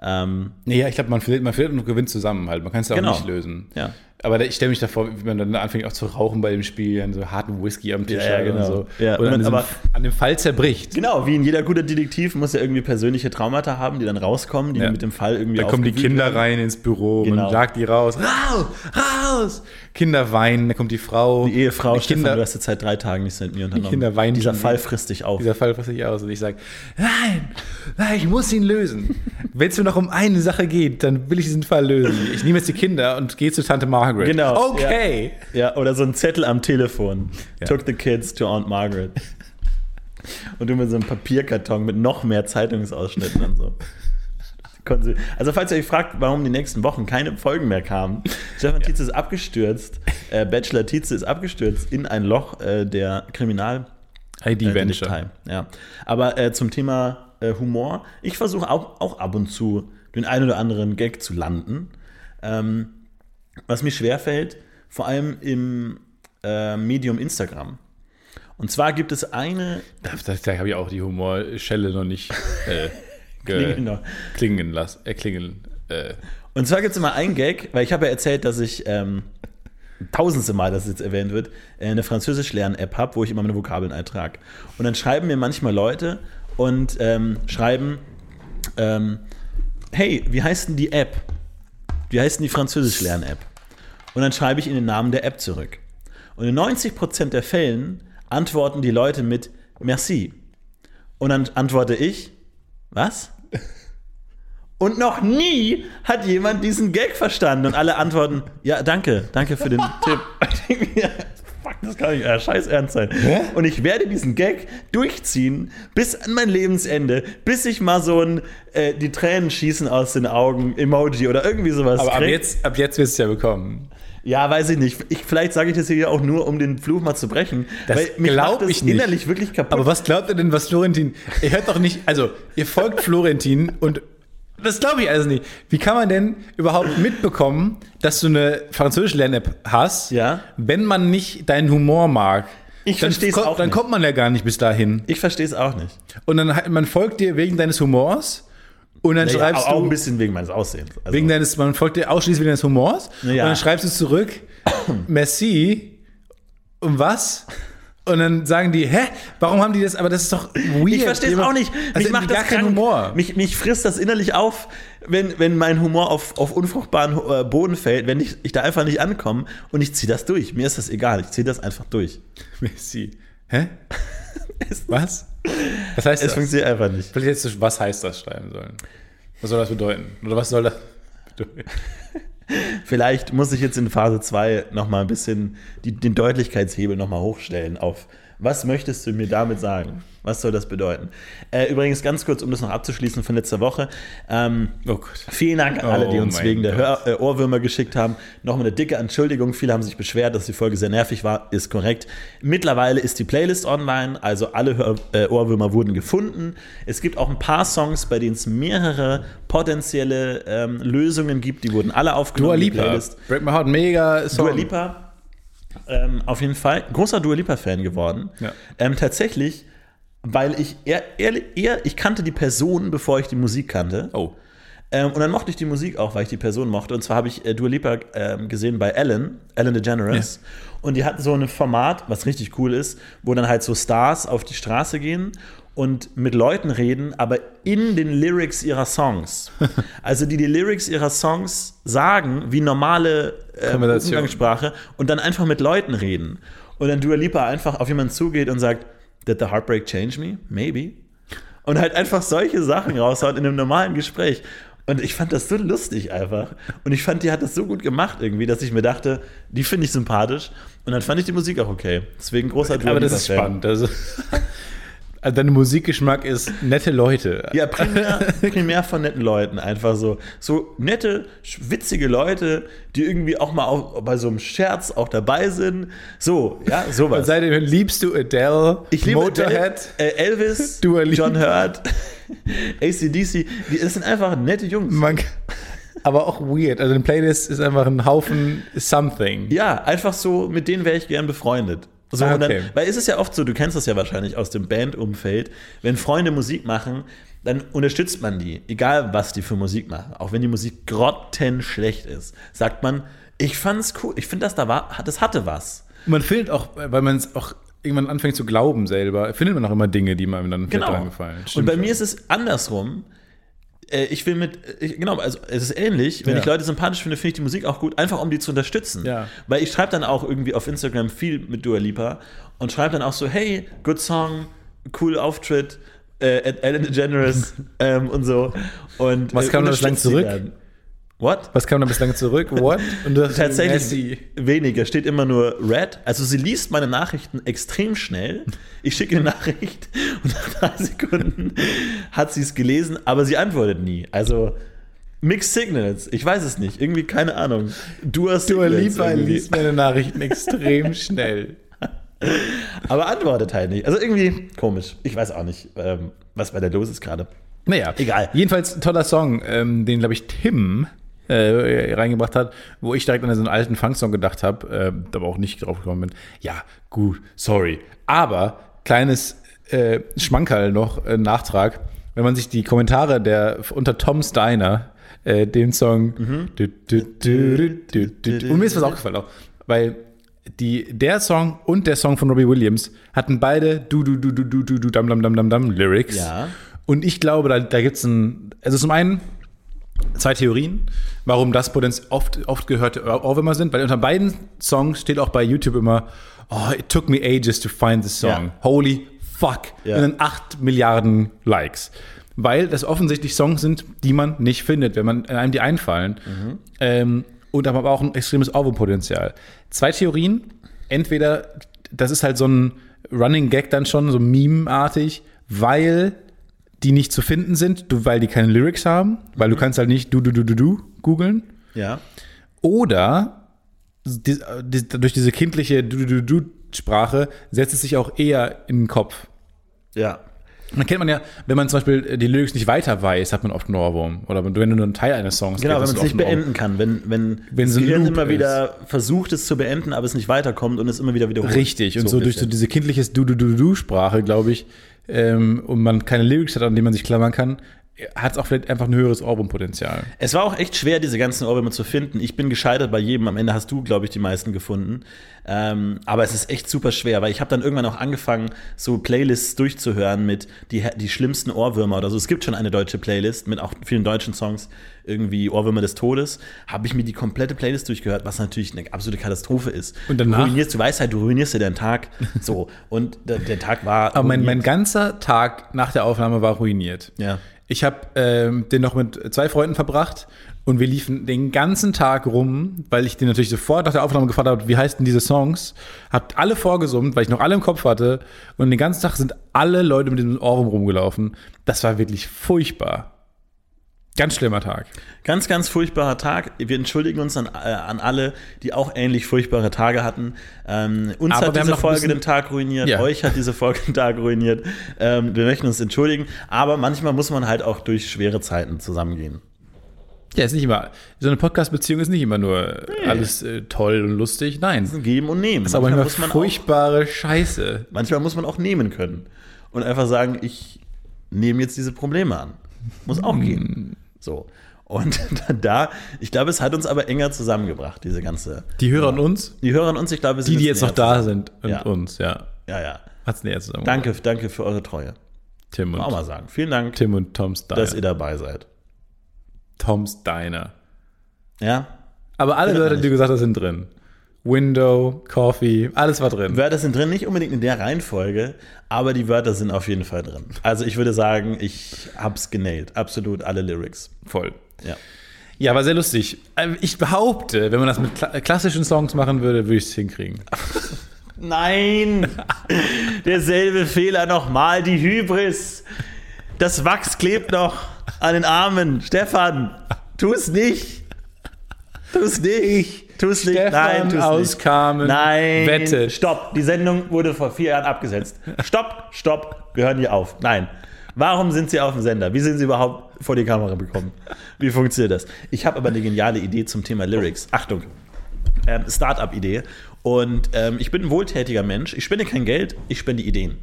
B: Ähm,
A: Nee, ja, ich glaube, man verliert, man verliert und gewinnt zusammen halt. Man kann es ja auch
B: Genau.
A: nicht lösen.
B: ja.
A: Aber da- ich stelle mich davor, wie man dann anfängt auch zu rauchen bei dem Spiel, dann so harten Whisky am Tisch
B: Ja, ja,
A: halt und
B: genau.
A: so.
B: Ja,
A: und an,
B: und-
A: diesem,
B: aber-
A: an dem Fall zerbricht.
B: Genau, wie in jeder guter Detektiv muss er irgendwie persönliche Traumata haben, die dann rauskommen, die
A: Ja.
B: mit dem Fall irgendwie
A: Da kommen die
B: aufgewühlt
A: Kinder
B: werden.
A: rein ins Büro, man
B: Genau.
A: jagt die raus. Raus! Raus! Kinder weinen, da kommt die Frau.
B: Die Ehefrau,
A: die
B: Stefan,
A: Kinder,
B: du hast jetzt seit drei Tagen nichts mit mir unternommen.
A: Kinder weinen
B: Dieser
A: schon
B: Fall
A: wieder.
B: frisst dich auf.
A: Dieser Fall passe ich aus und ich sage, nein, nein, ich muss ihn lösen. Wenn es nur noch um eine Sache geht, dann will ich diesen Fall lösen. Ich nehme jetzt die Kinder und gehe zu Tante Margaret.
B: Genau,
A: Okay.
B: Ja, oder so ein Zettel am Telefon.
A: Ja.
B: Took the kids to Aunt Margaret. Und du mit so einem Papierkarton mit noch mehr Zeitungsausschnitten und so. Konsum- Also, falls ihr euch fragt, warum die nächsten Wochen keine Folgen mehr kamen, Stefan Tietze ist abgestürzt, äh, Bachelor Tietze ist abgestürzt in ein Loch äh, der Kriminal. Äh,
A: ID Venture.
B: Detail, ja. Aber äh, zum Thema äh, Humor, ich versuche auch, auch ab und zu den einen oder anderen Gag zu landen. Ähm, was mir schwerfällt, vor allem im äh, Medium Instagram. Und zwar gibt es eine.
A: Da, da, da habe ich auch die Humorschelle noch nicht (laughs) äh,
B: (laughs)
A: ge-
B: Klingen noch.
A: klingen lassen. Äh, klingen, äh.
B: Und zwar gibt es immer einen Gag, weil ich habe ja erzählt, dass ich ähm, tausendste Mal, dass es jetzt erwähnt wird, äh, eine Französisch-Lern-App habe, wo ich immer meine Vokabeln eintrage. Und dann schreiben mir manchmal Leute und ähm, schreiben, ähm, hey, wie heißt denn die App? Wie heißt denn die Französisch-Lern-App? Und dann schreibe ich ihnen den Namen der App zurück. Und in 90% der Fällen antworten die Leute mit Merci. Und dann antworte ich, was? Und noch nie hat jemand diesen Gag verstanden. Und alle antworten, ja, danke, danke für den Tipp. Ich denk mir, Fuck, das kann nicht euer scheiß ernst sein. Und ich werde diesen Gag durchziehen bis an mein Lebensende, bis ich mal so ein äh, die Tränen schießen aus den Augen Emoji oder irgendwie sowas
A: Aber ab
B: krieg.
A: jetzt, ab jetzt wirst du es ja bekommen.
B: Ja, weiß ich nicht. Ich, vielleicht sage ich das hier auch nur, um den Fluch mal zu brechen.
A: Das glaub
B: macht das
A: ich nicht.
B: innerlich wirklich kaputt.
A: Aber was glaubt ihr denn, was Florentin. Ihr hört doch nicht. Also, ihr folgt Florentin und. Das glaube ich alles nicht. Wie kann man denn überhaupt mitbekommen, dass du eine französische Lern-App hast,
B: Ja.
A: wenn man nicht deinen Humor mag?
B: Ich
A: Dann
B: versteh's
A: ko-
B: auch
A: Dann
B: nicht.
A: kommt man ja gar nicht bis dahin.
B: ich verstehe es auch nicht.
A: Und dann hat- man folgt dir wegen deines Humors und dann schreibst
B: auch, auch ein
A: du
B: bisschen wegen meines Aussehens. Also,
A: wegen deines man folgt dir ausschließlich wegen deines Humors
B: Naja.
A: und dann schreibst du
B: (coughs)
A: zurück Merci um was? Und dann sagen die, hä, warum haben die das? Aber das ist doch weird.
B: ich verstehe es
A: Jemand-
B: auch nicht.
A: Also
B: Mich macht
A: gar
B: das
A: keinen
B: krank.
A: Humor.
B: Mich, mich frisst das innerlich auf, wenn, wenn mein Humor auf, auf unfruchtbaren äh, Boden fällt, wenn ich, ich da einfach nicht ankomme und ich ziehe das durch. Mir ist das egal. Ich ziehe das einfach durch.
A: Merci. Hä?
B: (laughs)
A: was? Was heißt
B: Es
A: das?
B: funktioniert einfach nicht.
A: Vielleicht hättest du, was heißt das schreiben sollen? Was soll das bedeuten? Oder was soll das bedeuten?
B: Vielleicht muss ich jetzt in Phase 2 nochmal ein bisschen die, den Deutlichkeitshebel nochmal hochstellen auf, was möchtest du mir damit sagen? Was soll das bedeuten? Äh, übrigens ganz kurz, um das noch abzuschließen von letzter Woche. Ähm,
A: Oh Gott.
B: Vielen Dank an alle, die
A: Oh
B: uns
A: mein
B: wegen der
A: Gott.
B: Hör äh, Ohrwürmer geschickt haben. Nochmal eine dicke Entschuldigung. Viele haben sich beschwert, dass die Folge sehr nervig war. Ist korrekt. Mittlerweile ist die Playlist online, also alle Hör äh, Ohrwürmer wurden gefunden. Es gibt auch ein paar Songs, bei denen es mehrere potenzielle ähm, Lösungen gibt. Die wurden alle aufgenommen.
A: Dua
B: in die
A: Lipa.
B: Playlist.
A: Break My Heart, mega Song.
B: Dua Lipa, ähm, auf jeden Fall großer Dua Lipa-Fan geworden.
A: Ja.
B: Ähm, tatsächlich, weil ich eher, ehrlich, eher, ich kannte die Person, bevor ich die Musik kannte.
A: Oh.
B: Ähm, und dann mochte ich die Musik auch, weil ich die Person mochte. Und zwar habe ich äh, Dua Lipa ähm, gesehen bei Ellen, Ellen DeGeneres. Und die hatten so ein Format, was richtig cool ist, wo dann halt so Stars auf die Straße gehen und mit Leuten reden, aber in den Lyrics ihrer Songs. Also die die Lyrics ihrer Songs sagen, wie normale äh,
A: Konversation.
B: Umgangssprache, und dann einfach mit Leuten reden. Und dann Dua Lipa einfach auf jemanden zugeht und sagt, Did the heartbreak change me? Maybe. und halt einfach solche Sachen raushaut in einem normalen Gespräch. Und ich fand das so lustig einfach. Und ich fand, die hat das so gut gemacht irgendwie, dass ich mir dachte, die finde ich sympathisch. Und dann fand ich die Musik auch okay. Deswegen großer
A: Aber das ist (laughs)
B: Fan.
A: spannend. Also, also dein Musikgeschmack ist nette Leute.
B: Ja, primär, primär von netten Leuten einfach so. So nette, sch- witzige Leute, die irgendwie auch mal auf, bei so einem Scherz auch dabei sind. So, ja,
A: Und
B: sowas.
A: seitdem liebst du Adele,
B: Ich liebe
A: Motorhead.
B: Adele, äh, Elvis,
A: Dua Lipa.
B: John Hurt, (laughs) ACDC. Die, das sind einfach nette Jungs.
A: Man, aber auch weird. Also eine Playlist ist einfach ein Haufen something.
B: Ja, einfach so, mit denen wäre ich gern befreundet. So,
A: Ah,
B: und
A: okay.
B: dann, weil es ist ja oft so, du kennst das ja wahrscheinlich aus dem Bandumfeld, wenn Freunde Musik machen, dann unterstützt man die, egal was die für Musik machen. Auch wenn die Musik grottenschlecht ist, sagt man, ich fand's cool, ich finde das da war, hat- das hatte was.
A: Und Man findet auch, weil man es auch irgendwann anfängt zu glauben selber, findet man auch immer Dinge, die einem dann vielleicht
B: Genau.
A: angefallen.
B: Und
A: Stimmt
B: bei
A: schon.
B: mir ist es andersrum. Äh, Ich will mit, ich, genau, also es ist ähnlich. Wenn
A: Ja.
B: ich Leute sympathisch finde, finde ich die Musik auch gut, einfach um die zu unterstützen.
A: Ja.
B: Weil ich schreibe dann auch irgendwie auf Instagram viel mit Dua Lipa und schreibe dann auch so, hey, good song, cool Auftritt, äh, at
A: (laughs)
B: Ellen DeGeneres ähm, und so. Und,
A: Was
B: äh,
A: kam da bislang
B: unterstützt die
A: zurück?
B: dann. What?
A: Was kam da bislang zurück? What? Und du hast
B: Äh, Tatsächlich
A: Messi.
B: weniger, steht immer nur Red. Also sie liest meine Nachrichten extrem schnell. Ich schicke eine Nachricht (laughs) und nach drei Sekunden hat sie es gelesen, aber sie antwortet nie. Also Mixed Signals, ich weiß es nicht. Irgendwie, keine Ahnung. Du hast
A: Dua Lipa
B: irgendwie.
A: liest meine Nachrichten extrem schnell.
B: Aber antwortet halt nicht. Also irgendwie komisch. Ich weiß auch nicht, ähm, was bei der los ist gerade.
A: Naja,
B: Egal.
A: Jedenfalls ein toller Song, ähm, den, glaube ich, Tim äh, reingebracht hat, wo ich direkt an so einen alten Funksong gedacht habe, äh, aber auch nicht drauf gekommen bin. Ja, gut, sorry. Aber kleines äh, Schmankerl noch, äh, Nachtrag. Wenn man sich die Kommentare der unter Tom's Diner, äh, den Song. Du, du, du, du, du, du, du. Und mir ist was auch gefallen, auch, weil die, der Song und der Song von Robbie Williams hatten beide du du du du du du du dam dam dam dam dam Lyrics.
B: Ja.
A: Und ich glaube, da, da gibt es ein. Also zum einen zwei Theorien, warum das Potenz oft, oft gehörte Ohrwürmer sind, weil unter beiden Songs steht auch bei YouTube immer, oh, it took me ages to find this song.
B: Ja.
A: Holy fuck.
B: Ja.
A: Und dann 8 Milliarden Likes. Weil das offensichtlich Songs sind, die man nicht findet, wenn man wenn einem die einfallen. Ähm, und aber auch ein extremes Ohrwurmpotenzial. Zwei Theorien. Entweder, das ist halt so ein Running Gag dann schon, so Meme-artig, weil die nicht zu finden sind, du, weil die keine Lyrics haben, weil du kannst halt nicht du du du du du googeln.
B: Ja.
A: Oder die, die, durch diese kindliche du du du du Sprache setzt es sich auch eher in den Kopf.
B: Ja.
A: Dann kennt man ja, wenn man zum Beispiel äh, die Lyrics nicht weiter weiß, hat man oft einen Ohrwurm. Oder wenn du nur einen Teil eines Songs
B: Genau, wenn
A: kennst,
B: man
A: hast
B: es
A: du
B: nicht
A: oft einen
B: beenden kann, wenn, wenn,
A: Wenn
B: das
A: so ein
B: Gehirn
A: Loop
B: immer wieder versucht, es zu beenden, aber es nicht weiterkommt und es immer wieder wiederholt.
A: Ohrwurm. Richtig. Und so,
B: ein
A: durch so
B: bisschen.
A: diese kindliche du du du du Sprache, glaube ich, ähm, und man keine Lyrics hat, an die man sich klammern kann, hat es auch vielleicht einfach ein höheres Ohrwurmpotenzial.
B: Es war auch echt schwer, diese ganzen Ohrwürmer zu finden. Ich bin gescheitert bei jedem. Am Ende hast du, glaube ich, die meisten gefunden. Ähm, aber es ist echt super schwer, weil ich habe dann irgendwann auch angefangen, so Playlists durchzuhören mit die, die schlimmsten Ohrwürmer oder so. Es gibt schon eine deutsche Playlist mit auch vielen deutschen Songs, irgendwie Ohrwürmer des Todes. Habe ich mir die komplette Playlist durchgehört, was natürlich eine absolute Katastrophe ist.
A: Und danach?
B: Du, ruinierst, du weißt halt, du ruinierst dir deinen Tag. So. Und der, der Tag war.
A: Aber mein, mein
B: ruiniert.
A: ganzer Tag nach der Aufnahme war ruiniert.
B: Ja.
A: Ich habe ähm, den noch mit zwei Freunden verbracht und wir liefen den ganzen Tag rum, weil ich den natürlich sofort nach der Aufnahme gefragt habe, wie heißen diese Songs? Habt alle vorgesummt, weil ich noch alle im Kopf hatte und den ganzen Tag sind alle Leute mit dem Ohrwurm rumgelaufen. Das war wirklich furchtbar. Ganz schlimmer Tag.
B: Ganz, ganz furchtbarer Tag. Wir entschuldigen uns an, äh, an alle, die auch ähnlich furchtbare Tage hatten. Ähm, uns
A: Aber
B: hat
A: wir haben
B: diese
A: noch ein
B: Folge
A: bisschen-
B: den Tag ruiniert,
A: Ja.
B: euch hat diese Folge den Tag ruiniert. Ähm, wir möchten uns entschuldigen, aber manchmal muss man halt auch durch schwere Zeiten zusammengehen.
A: Ja, ist nicht immer. So eine Podcast-Beziehung ist nicht immer nur alles äh, toll und lustig. Nein. Das ist
B: Geben und nehmen.
A: aber
B: manchmal,
A: immer
B: muss man auch,
A: furchtbare Scheiße.
B: manchmal muss man auch nehmen können und einfach sagen, ich nehme jetzt diese Probleme an. Muss
A: Hm.
B: auch gehen. So. Und (laughs) da, ich glaube, es hat uns aber enger zusammengebracht, diese ganze.
A: Die Hörer und uns?
B: Die Hörer und uns, ich glaube, wir sind
A: Die, die jetzt noch
B: näher
A: da sind und
B: Ja.
A: uns, ja.
B: zusammen. Ja, ja.
A: Hat's näher zusammen.
B: Danke, danke für eure Treue.
A: Tim
B: Auch
A: und,
B: mal sagen. Vielen Dank,
A: Tim und Tom's
B: dass
A: Diner.
B: ihr dabei seid.
A: Tom's Diner.
B: Ja?
A: Aber alle Leute, die du gesagt hast, sind drin. Window, Coffee, alles war drin.
B: Wörter sind drin, nicht unbedingt in der Reihenfolge, aber die Wörter sind auf jeden Fall drin. Also ich würde sagen, ich hab's genäht. Absolut alle Lyrics.
A: Voll.
B: Ja.
A: Ja, war sehr lustig. Äh, Ich behaupte, wenn man das mit kla klassischen Songs machen würde, würde ich es hinkriegen.
B: Nein! Derselbe Fehler nochmal, die Hybris. Das Wachs klebt noch an den Armen. Stefan, tu es nicht. Tu es nicht. Tu es nicht. Nein, tu es nicht.
A: auskamen.
B: Nein.
A: Wette.
B: Stopp. Die Sendung wurde vor vier Jahren abgesetzt. Stopp, stopp. Wir hören hier auf. Nein. Warum sind Sie auf dem Sender? Wie sind Sie überhaupt vor die Kamera gekommen? Wie funktioniert das? Ich habe aber eine geniale Idee zum Thema Lyrics. Achtung. Ähm, Startup-Idee. Und ähm, ich bin ein wohltätiger Mensch. Ich spende kein Geld, ich spende Ideen.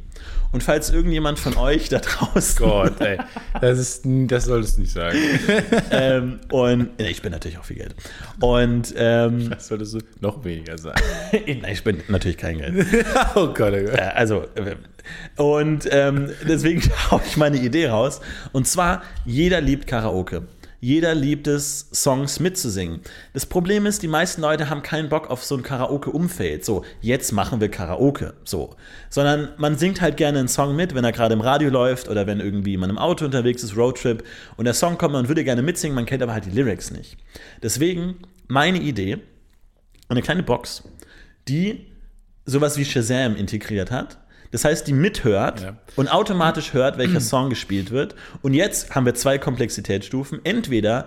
B: Und falls irgendjemand von euch da draußen
A: Oh Gott, ey. Das, ist, das solltest du nicht sagen.
B: ähm, und ja, ich bin natürlich auch viel Geld. Und
A: (laughs)
B: ähm,
A: Das solltest du noch weniger sagen.
B: nein, ich bin natürlich kein Geld.
A: (laughs) oh Gott, oh Gott.
B: Äh, also äh, und ähm, deswegen (laughs) haue ich meine Idee raus. Und zwar jeder liebt Karaoke. Jeder liebt es, Songs mitzusingen. Das Problem ist, die meisten Leute haben keinen Bock auf so ein Karaoke-Umfeld. So, jetzt machen wir Karaoke. So. Sondern man singt halt gerne einen Song mit, wenn er gerade im Radio läuft oder wenn irgendwie man im Auto unterwegs ist, Roadtrip und der Song kommt, man würde gerne mitsingen, man kennt aber halt die Lyrics nicht. Deswegen meine Idee, eine kleine Box, die sowas wie Shazam integriert hat. Das heißt, die mithört
A: Ja.
B: und automatisch
A: (clears throat)
B: hört, welcher Song gespielt wird. Und jetzt haben wir zwei Komplexitätsstufen. Entweder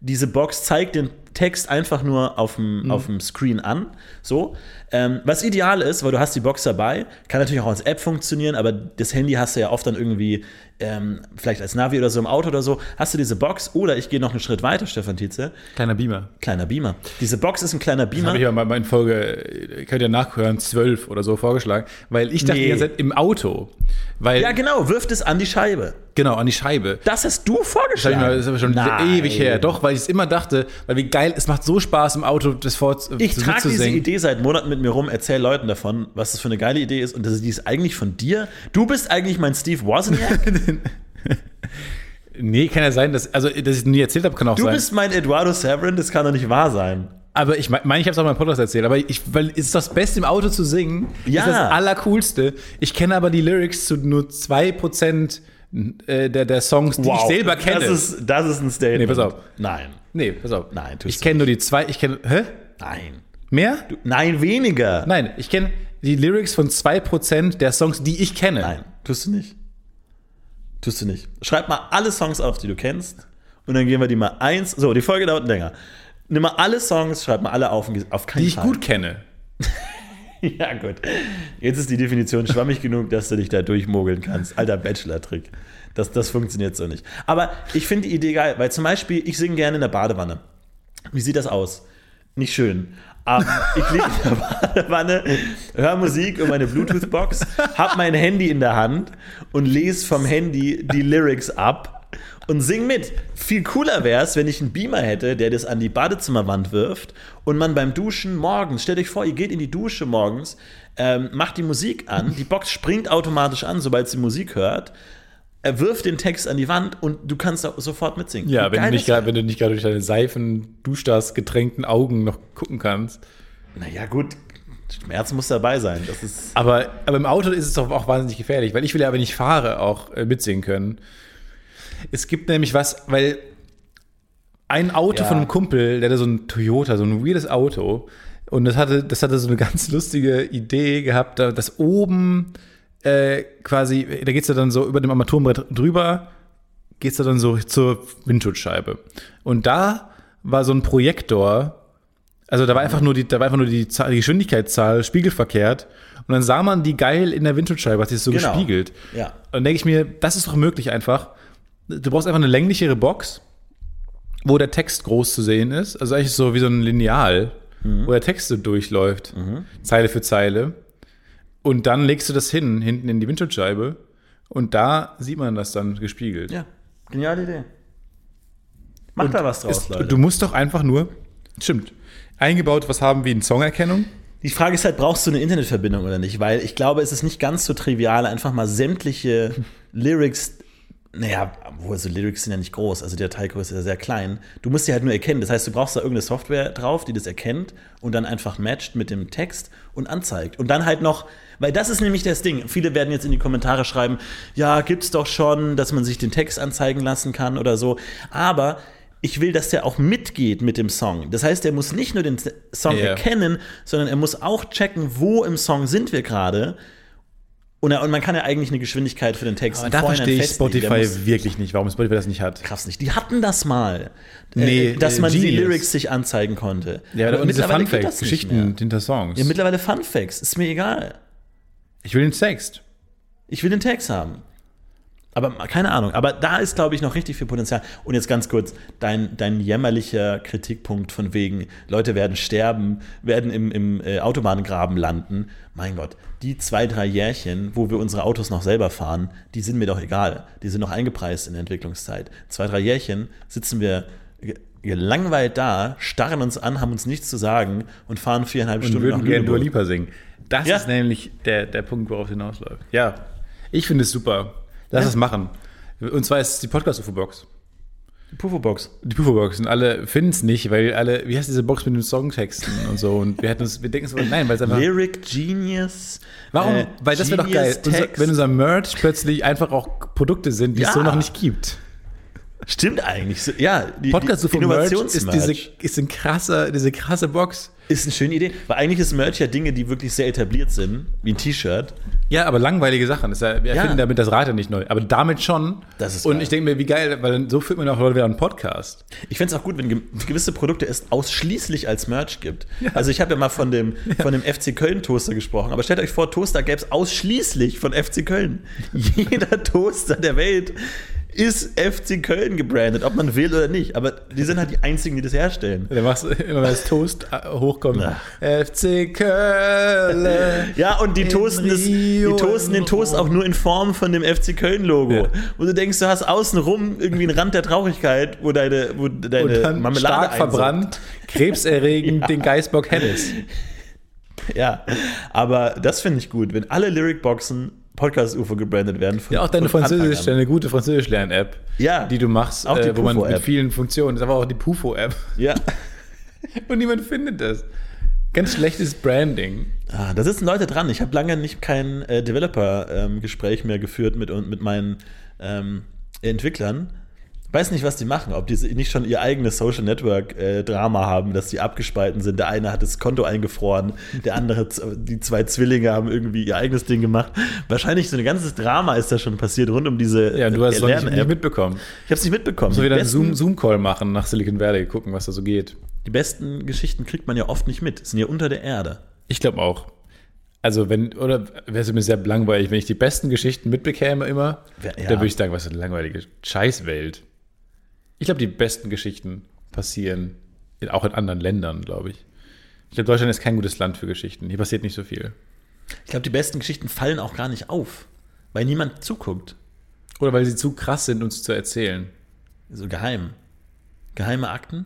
B: diese Box zeigt den Text einfach nur auf dem,
A: Mhm.
B: auf dem Screen an, so. Ähm, was ideal ist, weil du hast die Box dabei, kann natürlich auch als App funktionieren, aber das Handy hast du ja oft dann irgendwie, ähm, vielleicht als Navi oder so im Auto oder so, hast du diese Box oder ich gehe noch einen Schritt weiter, Stefan Tietze,
A: Kleiner Beamer.
B: kleiner Beamer. Diese Box ist ein kleiner Beamer.
A: Habe ich ja mal mal in Folge, äh, könnt ihr nachhören, 12 oder so vorgeschlagen, weil ich dachte
B: Nee.
A: die ganze Zeit im Auto. Weil,
B: Ja, genau, wirft es an die Scheibe.
A: genau, an die Scheibe.
B: Das hast du
A: Das, hab
B: vorgeschlagen.
A: ich mal, das ist aber schon
B: Nein.
A: ewig her. Doch, weil ich es immer dachte, weil wie geil, es macht so Spaß im Auto, das vor äh,
B: Ich
A: zu-
B: trage diese
A: mitzusingen.
B: Idee seit Monaten mit mir rum, erzähle Leuten davon, was das für eine geile Idee ist und dass die ist eigentlich von dir. Du bist eigentlich mein Steve Wozniak.
A: (laughs) Nee, kann ja sein, dass, also, dass ich es nie erzählt habe, kann auch
B: Du
A: sein.
B: bist mein Eduardo Severin, das kann doch nicht wahr sein.
A: Aber ich meine, ich habe es auch mal im Podcast erzählt, aber ich, weil es ist das Beste im Auto zu singen,
B: Ja.
A: ist das Allercoolste. Ich kenne aber die Lyrics zu nur 2% äh, der, der Songs, die ich selber kenne.
B: Das ist, das ist ein Statement.
A: Nee, pass auf.
B: Nein.
A: nee, pass auf.
B: Nein, tust
A: ich
B: du
A: kenne nur die zwei, ich kenne, hä?
B: Nein.
A: Mehr?
B: Nein, weniger.
A: Nein, ich kenne die Lyrics von 2% der Songs, die ich kenne.
B: Nein, tust du nicht. Tust du nicht. Schreib mal alle Songs auf, die du kennst. Und dann gehen wir die mal eins. So, die Folge dauert länger. Nimm mal alle Songs, schreib mal alle auf. und geh- Auf keinen
A: Die ich
B: Fall.
A: gut kenne.
B: (laughs) Ja, gut. Jetzt ist die Definition schwammig genug, dass du dich da durchmogeln kannst. Alter Bachelor-Trick. Das, das funktioniert so nicht. Aber ich finde die Idee geil, weil zum Beispiel, ich singe gerne in der Badewanne. Wie sieht das aus? Nicht schön. Ähm, ich (laughs) liege in der Badewanne, höre Musik und meine Bluetooth-Box, hab mein Handy in der Hand und lese vom Handy die Lyrics ab und sing mit. Viel cooler wäre es, wenn ich einen Beamer hätte, der das an die Badezimmerwand wirft und man beim Duschen morgens, stellt euch vor, ihr geht in die Dusche morgens, ähm, macht die Musik an, die Box springt automatisch an, sobald sie Musik hört, er wirft den Text an die Wand und du kannst auch sofort mitsingen.
A: Ja,
B: Wie
A: wenn
B: geil
A: du, nicht
B: das
A: grad, wenn du nicht gerade durch deine Seifen, Duschdas, getränkten Augen noch gucken kannst.
B: Naja, gut, Schmerz muss dabei sein. Das ist.
A: Aber, aber im Auto ist es doch auch wahnsinnig gefährlich, weil ich will ja, wenn ich fahre, auch äh, mitsingen können. Es gibt nämlich was, weil ein Auto
B: Ja.
A: von einem Kumpel, der hatte so ein Toyota, so ein weirdes Auto, und das hatte, das hatte so eine (laughs) ganz lustige Idee gehabt, da- dass oben äh, quasi, da geht's ja dann so über dem Armaturenbrett drüber, geht's da dann so zur Windschutzscheibe. Und da war so ein Projektor, also da war einfach nur die, da war einfach nur die, Zahl, die Geschwindigkeitszahl spiegelverkehrt. Und dann sah man die geil in der Windschutzscheibe, hat sich so
B: Genau.
A: gespiegelt.
B: Ja.
A: Und dann denke ich mir, das ist doch möglich einfach. Du brauchst einfach eine länglichere Box, wo der Text groß zu sehen ist. Also eigentlich so wie so ein Lineal, wo der Text so durchläuft, Zeile für Zeile. Und dann legst du das hin, hinten in die Windschutzscheibe. Und da sieht man das dann gespiegelt.
B: Ja, geniale Idee. Macht da was draus,
A: Ist,
B: Leute.
A: du musst doch einfach nur, stimmt, eingebaut was haben wie eine Songerkennung.
B: Die Frage ist halt, brauchst du eine (laughs) Internetverbindung oder nicht? Weil ich glaube, es ist nicht ganz so trivial, einfach mal sämtliche Lyrics Naja, wo also Lyrics sind ja nicht groß, also die Dateigröße ist ja sehr klein. Du musst sie halt nur erkennen. Das heißt, du brauchst da irgendeine Software drauf, die das erkennt und dann einfach matcht mit dem Text und anzeigt. Und dann halt noch, weil das ist nämlich das Ding. Viele werden jetzt in die Kommentare schreiben, ja, gibt's doch schon, dass man sich den Text anzeigen lassen kann oder so. Aber ich will, dass der auch mitgeht mit dem Song. Das heißt, er muss nicht nur den Song
A: Ja.
B: erkennen, sondern er muss auch checken, wo im Song sind wir gerade. Und, er- und man kann ja eigentlich eine Geschwindigkeit für den Text
A: Aber
B: im
A: da
B: Vorhinein
A: verstehe ich
B: festlegen. Der
A: Spotify
B: muss-
A: wirklich nicht, warum Spotify das nicht hat.
B: Krass nicht. Die hatten das mal,
A: Nee,
B: äh, dass man die
A: Genius.
B: Lyrics sich anzeigen konnte.
A: Ja,
B: Aber
A: und diese
B: mittlerweile
A: Fun
B: geht
A: Facts,
B: das nicht
A: Geschichten
B: mehr.
A: hinter Songs.
B: Ja, mittlerweile Fun Facts. Ist mir egal.
A: ich will den Text.
B: Ich will den Text haben. Aber ma- keine Ahnung. Aber da ist, glaube ich, noch richtig viel Potenzial. Und jetzt ganz kurz, dein, dein jämmerlicher Kritikpunkt von wegen, Leute werden sterben, werden im, im äh, Autobahngraben landen. Mein Gott, die zwei, drei Jährchen, wo wir unsere Autos noch selber fahren, die sind mir doch egal. Die sind noch eingepreist in der Entwicklungszeit. Zwei, drei Jährchen sitzen wir ge- gelangweilt da, starren uns an, haben uns nichts zu sagen und fahren viereinhalb
A: und
B: Stunden
A: würden gerne Dua
B: Lüneburg.
A: Lipa singen. Das
B: Ja.
A: ist nämlich der, der Punkt, worauf es hinausläuft. Ja, ich finde es super. Lass es machen. Und zwar ist es die Podcast-UFO-Box.
B: Pufferbox.
A: Die UFO-Box. Und alle finden es nicht, weil alle, wie heißt diese Box mit den Songtexten und so? Und wir hätten uns, wir denken so, nein, weil es einfach.
B: Lyric Genius.
A: Warum?
B: äh,
A: weil das wäre doch geil,
B: Genius
A: unser,
B: Text.
A: wenn unser Merch plötzlich einfach auch Produkte sind, die es
B: Ja.
A: so noch nicht gibt.
B: Stimmt eigentlich. So, ja, die,
A: Podcast
B: die
A: UFO Merch ist, diese,
B: Innovationsmerch
A: ist ein krasser, diese krasse Box.
B: ist eine schöne Idee. Weil eigentlich ist Merch ja Dinge, die wirklich sehr etabliert sind, wie ein T-Shirt.
A: Ja, aber langweilige Sachen. Das ist ja, wir
B: Ja.
A: erfinden damit das Rad ja nicht neu. Aber damit schon.
B: Das ist
A: Und
B: geil.
A: ich denke mir, wie geil, weil so führt man auch Leute wieder einen Podcast.
B: Ich fände es auch gut, wenn ge- gewisse Produkte es ausschließlich als Merch gibt. Also ich habe ja mal von dem, von dem FC Köln Toaster gesprochen, aber stellt euch vor, Toaster gäbe es ausschließlich von
A: (laughs)
B: FC Köln. Jeder Toaster der Welt ist FC Köln gebrandet, ob man will oder nicht. Aber die sind halt die einzigen, die das herstellen.
A: Dann machst du immer, wenn das Toast äh, hochkommt.
B: Ja.
A: FC Köln.
B: Ja, und die
A: In
B: toasten, das, die
A: Rio
B: toasten den
A: in
B: Toast
A: Rom.
B: auch nur in Form von dem FC Köln-Logo.
A: Ja.
B: Wo du denkst, du hast außenrum irgendwie einen Rand der Traurigkeit, wo deine, wo deine
A: Und dann
B: Marmelade
A: stark
B: einsaugt.
A: verbrannt, krebserregend den Geistbock Hennes.
B: Ja, aber das finde ich gut, wenn alle Lyricboxen Podcast-UFO gebrandet werden. Von,
A: Ja, auch deine
B: von Anfang
A: Französisch,
B: an.
A: deine gute Französisch-Lern-App,
B: Ja.
A: die du machst,
B: Auch die
A: äh, wo man mit
B: Pufo-App.
A: vielen Funktionen, das ist aber auch die Pufo-App. (laughs)
B: Ja.
A: Und niemand findet das. Ganz schlechtes Branding.
B: Ah, da sitzen Leute dran. Ich habe lange nicht kein äh, Developer-Gespräch mehr geführt mit, und- mit meinen ähm, Entwicklern. Weiß nicht, was die machen, ob die si- nicht schon ihr eigenes Social Network-Drama haben, dass die abgespalten sind. Der eine hat das Konto eingefroren, der andere, z- die zwei Zwillinge haben irgendwie ihr eigenes Ding gemacht. Wahrscheinlich so ein ganzes Drama ist da schon passiert rund um diese
A: Ja, und du hast es noch nicht,
B: Lern-App.
A: nicht mitbekommen.
B: Ich habe es nicht mitbekommen.
A: So
B: die,
A: wieder einen
B: besten,
A: Zoom- Zoom-Call machen nach Silicon Valley, gucken, was da so geht.
B: die besten Geschichten kriegt man ja oft nicht mit, sind ja unter der Erde.
A: Ich glaube auch. Also wenn, oder wäre es mir sehr langweilig, wenn ich die besten Geschichten mitbekäme immer,
B: Wär- ja.
A: dann würde ich sagen, was für eine langweilige Scheißwelt. Ich glaube, die besten Geschichten passieren in, auch in anderen Ländern, glaube ich. Ich glaube, Deutschland ist kein gutes Land für Geschichten. Hier passiert nicht so viel.
B: Ich glaube, die besten Geschichten fallen auch gar nicht auf, weil niemand zuguckt.
A: Oder weil sie zu krass sind, uns zu erzählen.
B: So geheim. Geheime Akten?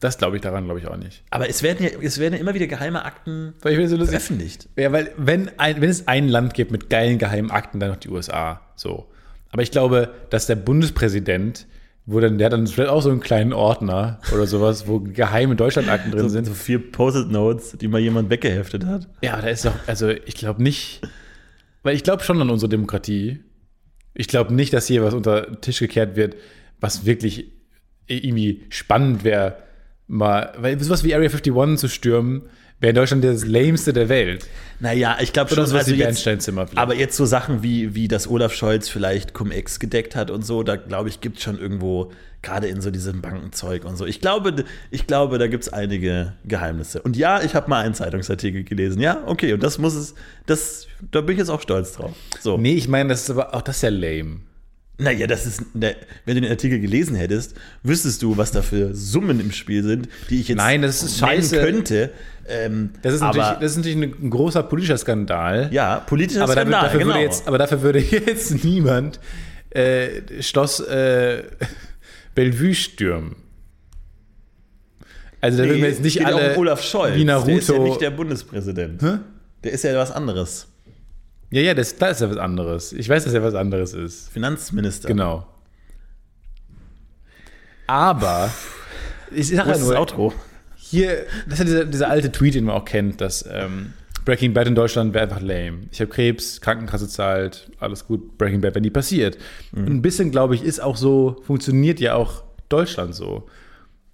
A: Das glaube ich daran, glaube ich auch nicht.
B: Aber es werden ja, es werden ja immer wieder geheime Akten
A: Weil ich bin so lustig.
B: veröffentlicht.
A: Ja, weil wenn, ein, wenn es ein Land gibt mit geilen geheimen Akten, dann noch die USA. So. Aber ich glaube, dass der Bundespräsident, wo dann, der hat dann vielleicht auch so einen kleinen Ordner oder sowas, wo geheime Deutschlandakten drin sind.
B: so vier Post-it-Notes, die mal jemand weggeheftet hat.
A: Ja, da ist doch, also ich glaube nicht, weil ich glaube schon an unsere Demokratie. Ich glaube nicht, dass hier was unter den Tisch gekehrt wird, was wirklich irgendwie spannend wäre, mal, weil sowas wie Area 51 zu stürmen, wäre in Deutschland das lameste der Welt.
B: Naja, ich glaube schon, also
A: Oder sowas wie
B: jetzt,
A: Bernsteinzimmer vielleicht.
B: aber jetzt so Sachen wie, wie das Olaf Scholz vielleicht Cum-Ex gedeckt hat und so, da glaube ich, gibt es schon irgendwo, gerade in so diesem Bankenzeug und so. Ich glaube, ich glaube da gibt es einige Geheimnisse. Und ja, ich habe mal einen Zeitungsartikel gelesen. Ja, okay, und das muss es, das, da bin ich jetzt auch stolz drauf. So.
A: Nee, ich meine, das ist aber auch das ist ja lame.
B: Naja, das ist. Na, wenn du den Artikel gelesen hättest, wüsstest du, was da für Summen im Spiel sind, die ich jetzt
A: Nein, das ist
B: nennen
A: scheiße.
B: könnte. Ähm,
A: Das ist natürlich,
B: aber,
A: das ist natürlich ein großer politischer Skandal.
B: ja, politischer
A: aber, dafür,
B: Skandal,
A: dafür
B: genau.
A: würde jetzt, aber dafür würde (laughs) jetzt niemand äh, Schloss äh, (laughs) Bellevue stürmen. Also da
B: Nee,
A: würden wir jetzt nicht
B: geht
A: alle
B: auch um Olaf Scholz.
A: wie
B: Der ist ja
A: Naruto.
B: nicht der Bundespräsident. Der ist ja was anderes.
A: Ja, ja, das, da ist ja was anderes. Ich weiß, dass ja was anderes ist.
B: Finanzminister.
A: Genau. Aber ich sage
B: Wo
A: ja
B: ist das
A: nur,
B: Outro?
A: hier, das ist ja dieser, dieser alte Tweet, den man auch kennt, dass ähm, Breaking Bad in Deutschland wäre einfach lame. Ich habe Krebs, Krankenkasse zahlt, alles gut, Breaking Bad wäre nie passiert. Und ein bisschen, glaube ich, ist auch so, funktioniert ja auch Deutschland so.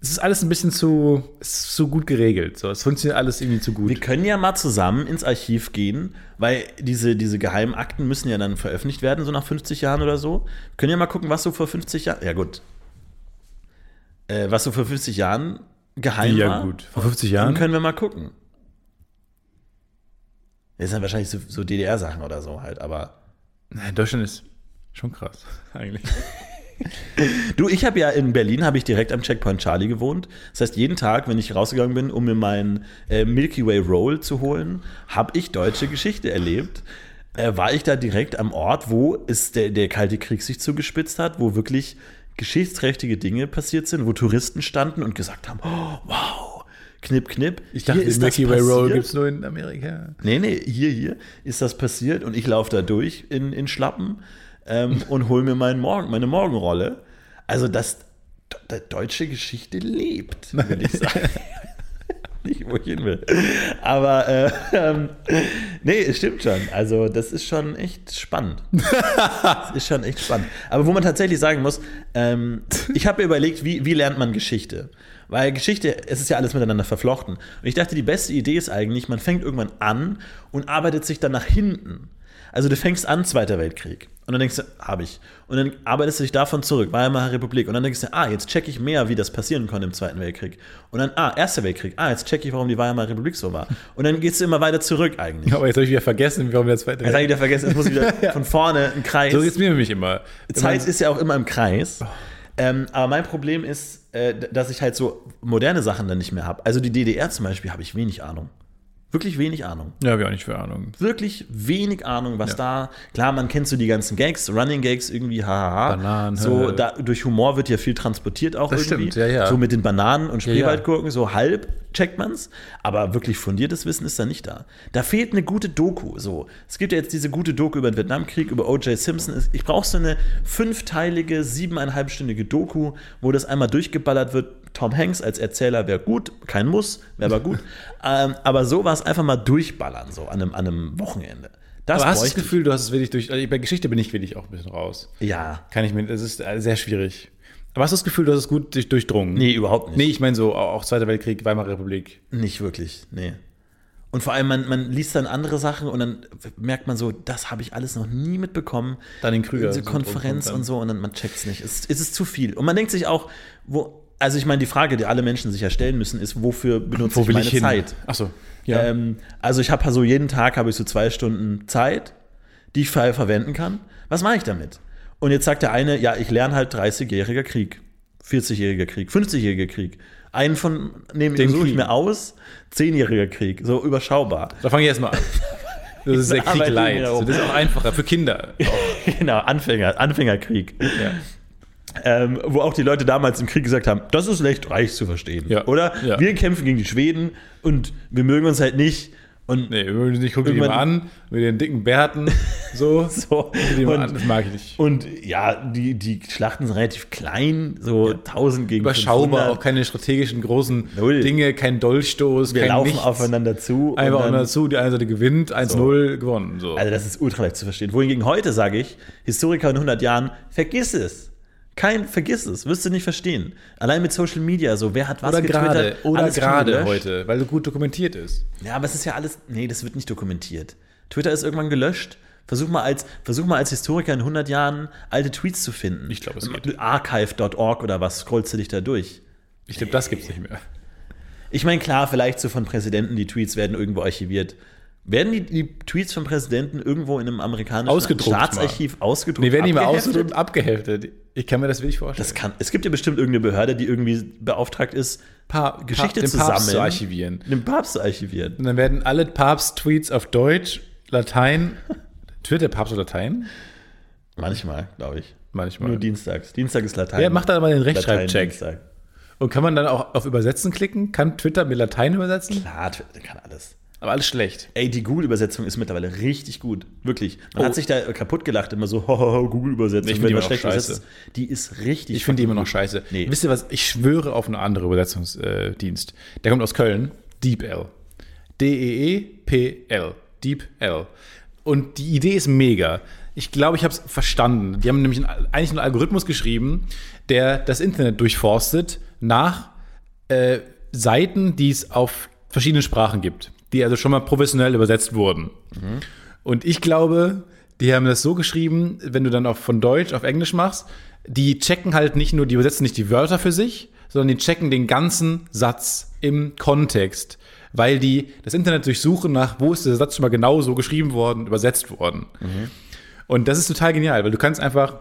A: Es ist alles ein bisschen zu, es ist zu gut geregelt. So, es funktioniert alles irgendwie zu gut.
B: Wir können ja mal zusammen ins Archiv gehen, weil diese, diese geheimen Akten müssen ja dann veröffentlicht werden, so nach 50 Jahren oder so. Wir können ja mal gucken, was so vor 50 Jahren. Ja, gut. Äh, was so vor 50 Jahren geheim war.
A: Vor 50
B: Dann
A: Jahren?
B: können wir mal gucken. Das sind wahrscheinlich so, so DDR-Sachen oder so halt, aber.
A: Nein, Deutschland ist schon krass, (laughs) eigentlich.
B: Du, ich habe ja in Berlin, habe ich direkt am Checkpoint Charlie gewohnt. Das heißt, jeden Tag, wenn ich rausgegangen bin, um mir meinen äh, Milky Way Roll zu holen, habe ich deutsche Geschichte erlebt. Äh, war ich da direkt am Ort, wo es der, der Kalte Krieg sich zugespitzt hat, wo wirklich geschichtsträchtige Dinge passiert sind, wo Touristen standen und gesagt haben, oh, wow, knipp, knipp.
A: Ich dachte, den Milky Way Roll
B: passiert."
A: gibt es nur in Amerika.
B: Nee, nee, hier, hier ist das passiert und ich laufe da durch in, in Schlappen ähm, und hole mir meinen Morgen, meine Morgenrolle. Also, das, die deutsche Geschichte lebt, würde ich sagen. Nicht, wo ich hin will. Aber, äh, (laughs) ähm, nee, es stimmt schon. Also, das ist schon echt spannend. Das ist schon echt spannend. Aber wo man tatsächlich sagen muss, ähm, ich habe mir überlegt, wie, wie lernt man Geschichte? Weil Geschichte, es ist ja alles miteinander verflochten. Und ich dachte, die beste Idee ist eigentlich, man fängt irgendwann an und arbeitet sich dann nach hinten. Also du fängst an, Zweiter Weltkrieg. Und dann denkst du, habe ich. Und dann arbeitest du dich davon zurück, Weimarer Republik. Und dann denkst du, ah, jetzt checke ich mehr, wie das passieren konnte im Zweiten Weltkrieg. Und dann, ah, Erster Weltkrieg. Ah, jetzt checke ich, warum die Weimarer Republik so war. Und dann gehst du immer weiter zurück eigentlich.
A: Aber jetzt habe ich wieder vergessen, warum der zweite.
B: Jetzt habe ich wieder vergessen, jetzt muss ich
A: (laughs)
B: wieder von vorne einen Kreis.
A: So geht's mir nämlich immer. Wenn man-
B: Zeit ist ja auch immer im
A: Oh.
B: Kreis. Ähm, aber mein Problem ist, äh, d- dass ich halt so moderne Sachen dann nicht mehr habe. Also die DDR zum Beispiel habe ich wenig Ahnung. Wirklich wenig Ahnung.
A: Ja, hab ich auch nicht für Ahnung.
B: Wirklich wenig Ahnung, was da. Klar, man kennt so die ganzen Gags, Running Gags irgendwie, hahaha.
A: Bananen,
B: So,
A: äh.
B: da, durch Humor wird ja viel transportiert auch
A: Das
B: irgendwie.
A: stimmt, ja, ja.
B: So mit den Bananen und
A: ja.
B: Spreewaldgurken, so halb checkt man's. Aber wirklich fundiertes Wissen ist da nicht da. Da fehlt eine gute Doku. So, es gibt ja jetzt diese gute Doku über den Vietnamkrieg, über O.J. Simpson. Es- Ich brauche so eine fünfteilige, siebeneinhalbstündige Doku, wo das einmal durchgeballert wird. Tom Hanks als Erzähler wäre gut, kein Muss, wäre
A: (laughs)
B: aber gut. ähm, aber sowas einfach mal durchballern, so an einem, an einem Wochenende. Das
A: Aber hast du das
B: bräuchte ich.
A: Gefühl, du hast es wirklich durch. Also bei Geschichte bin ich wirklich auch ein bisschen raus.
B: Ja.
A: Kann ich mir. Das ist äh, sehr schwierig. Aber hast du das Gefühl, du hast es gut durch, durchdrungen?
B: Nee, überhaupt nicht.
A: Nee, ich meine so auch auch Zweiter Weltkrieg, Weimarer Republik.
B: Nicht wirklich, nee. Und vor allem, man, man liest dann andere Sachen und dann merkt man so, das habe ich alles noch nie mitbekommen.
A: Dann den Krüger.
B: Diese Konferenz und so und dann man checkt es nicht. Es, es ist zu viel. Und man denkt sich auch, wo, also ich meine, die Frage, die alle Menschen sich ja stellen müssen, ist, wofür benutze
A: Wo
B: ich
A: will
B: meine
A: ich hin?
B: Zeit?
A: Achso. Ja.
B: Ähm, also ich habe so jeden Tag habe ich so zwei Stunden Zeit, die ich frei verwenden kann. Was mache ich damit? Und jetzt sagt der eine, ja, ich lerne halt 30-jähriger Krieg, 40-jähriger Krieg, 50-jähriger Krieg. Einen von nehme
A: Den
B: ich, suche ich
A: Krieg.
B: mir aus, 10-jähriger Krieg,
A: (laughs)
B: so überschaubar.
A: da fange ich
B: (laughs)
A: erstmal an. Das ist der Krieg
B: Arbeiten
A: leid.
B: wir rum.
A: Das ist auch einfacher für Kinder.
B: genau, Anfänger, Anfängerkrieg.
A: Ja.
B: Ähm, wo auch die Leute damals im Krieg gesagt haben, das ist leicht reich zu verstehen,
A: Ja.
B: oder?
A: Ja.
B: Wir kämpfen gegen die Schweden und wir mögen uns halt nicht und
A: Nee, übrigens, ich gucke die mal an, mit den dicken
B: (laughs)
A: Bärten. So.
B: so.
A: Guck die mal
B: Und-
A: an, das mag ich nicht.
B: Und ja, die, die Schlachten sind relativ klein, so 1000 gegen
A: Überschaubar,
B: 500.
A: auch keine strategischen großen
B: Null.
A: Dinge, kein Dolchstoß,
B: Wir
A: kein
B: laufen
A: nichts.
B: aufeinander zu. und
A: Einfach
B: dann-
A: dann, zu, die eine Seite gewinnt, 1-0 gewonnen. So.
B: also das ist ultra leicht zu verstehen. Wohingegen heute sage ich, Historiker in 100 Jahren, vergiss es. Kein, vergiss es, wirst du nicht verstehen. Allein mit Social Media, so wer hat was
A: oder
B: getwittert,
A: gerade, oder
B: alles schon
A: gerade
B: gelöscht.
A: heute, weil so gut dokumentiert ist.
B: Ja, aber es ist ja alles, nee, das wird nicht dokumentiert. Twitter ist irgendwann gelöscht. Versuch mal als, versuch mal als Historiker in 100 Jahren alte Tweets zu finden.
A: Ich glaub, es geht.
B: Archive.org oder was, scrollst du dich da durch.
A: Ich glaube, das gibt's nicht mehr.
B: Ich meine, klar, vielleicht so von Präsidenten, die Tweets werden irgendwo archiviert. Werden die, die Tweets von Präsidenten irgendwo in einem amerikanischen
A: Ausgedruckt
B: Staatsarchiv ausgedruckt?
A: Nee, werden die mal
B: abgeheftet?
A: ausgedrückt und abgeheftet. Ich kann mir das wirklich vorstellen.
B: Das kann, es gibt ja bestimmt irgendeine Behörde, die irgendwie beauftragt ist,
A: Pa- Pa-
B: Geschichte
A: den
B: zu
A: Papst
B: sammeln.
A: zu archivieren.
B: den Papst zu archivieren.
A: Und dann werden alle Papst-Tweets auf Deutsch,
B: (laughs)
A: Latein, Twitter Papst oder Latein?
B: Manchmal, glaube ich. Nur
A: Manchmal.
B: dienstags. Dienstag ist Latein.
A: Wer macht da mal den Rechtschreibcheck?
B: Latein-Dienstag.
A: Und kann man dann auch auf Übersetzen klicken? Kann Twitter mit Latein übersetzen?
B: Klar, Twitter kann alles.
A: Aber alles schlecht.
B: Ey, die Google-Übersetzung ist mittlerweile richtig gut. Wirklich. Man hat sich da kaputt gelacht, immer so, (laughs) hohoho, Google-Übersetzung.
A: Oh. Ich find
B: wenn
A: die immer
B: du
A: noch
B: schlecht
A: scheiße.
B: übersetzt. Die ist richtig
A: Ich finde die immer noch scheiße.
B: Nee.
A: Wisst ihr was? Ich schwöre auf einen anderen Übersetzungsdienst. Der kommt aus Köln. DeepL. E D-E-E-P-L. DeepL. Und die Idee ist mega. Ich glaube, ich habe es verstanden. Die haben nämlich einen, eigentlich einen Algorithmus geschrieben, der das Internet durchforstet nach äh, Seiten, die es auf verschiedenen Sprachen gibt, die also schon mal professionell übersetzt wurden. Und ich glaube, die haben das so geschrieben, wenn du dann auch von Deutsch auf Englisch machst, die checken halt nicht nur, die übersetzen nicht die Wörter für sich, sondern die checken den ganzen Satz im Kontext, weil die das Internet durchsuchen nach, wo ist dieser Satz schon mal genau so geschrieben worden, übersetzt worden. Und das ist total genial, weil du kannst einfach,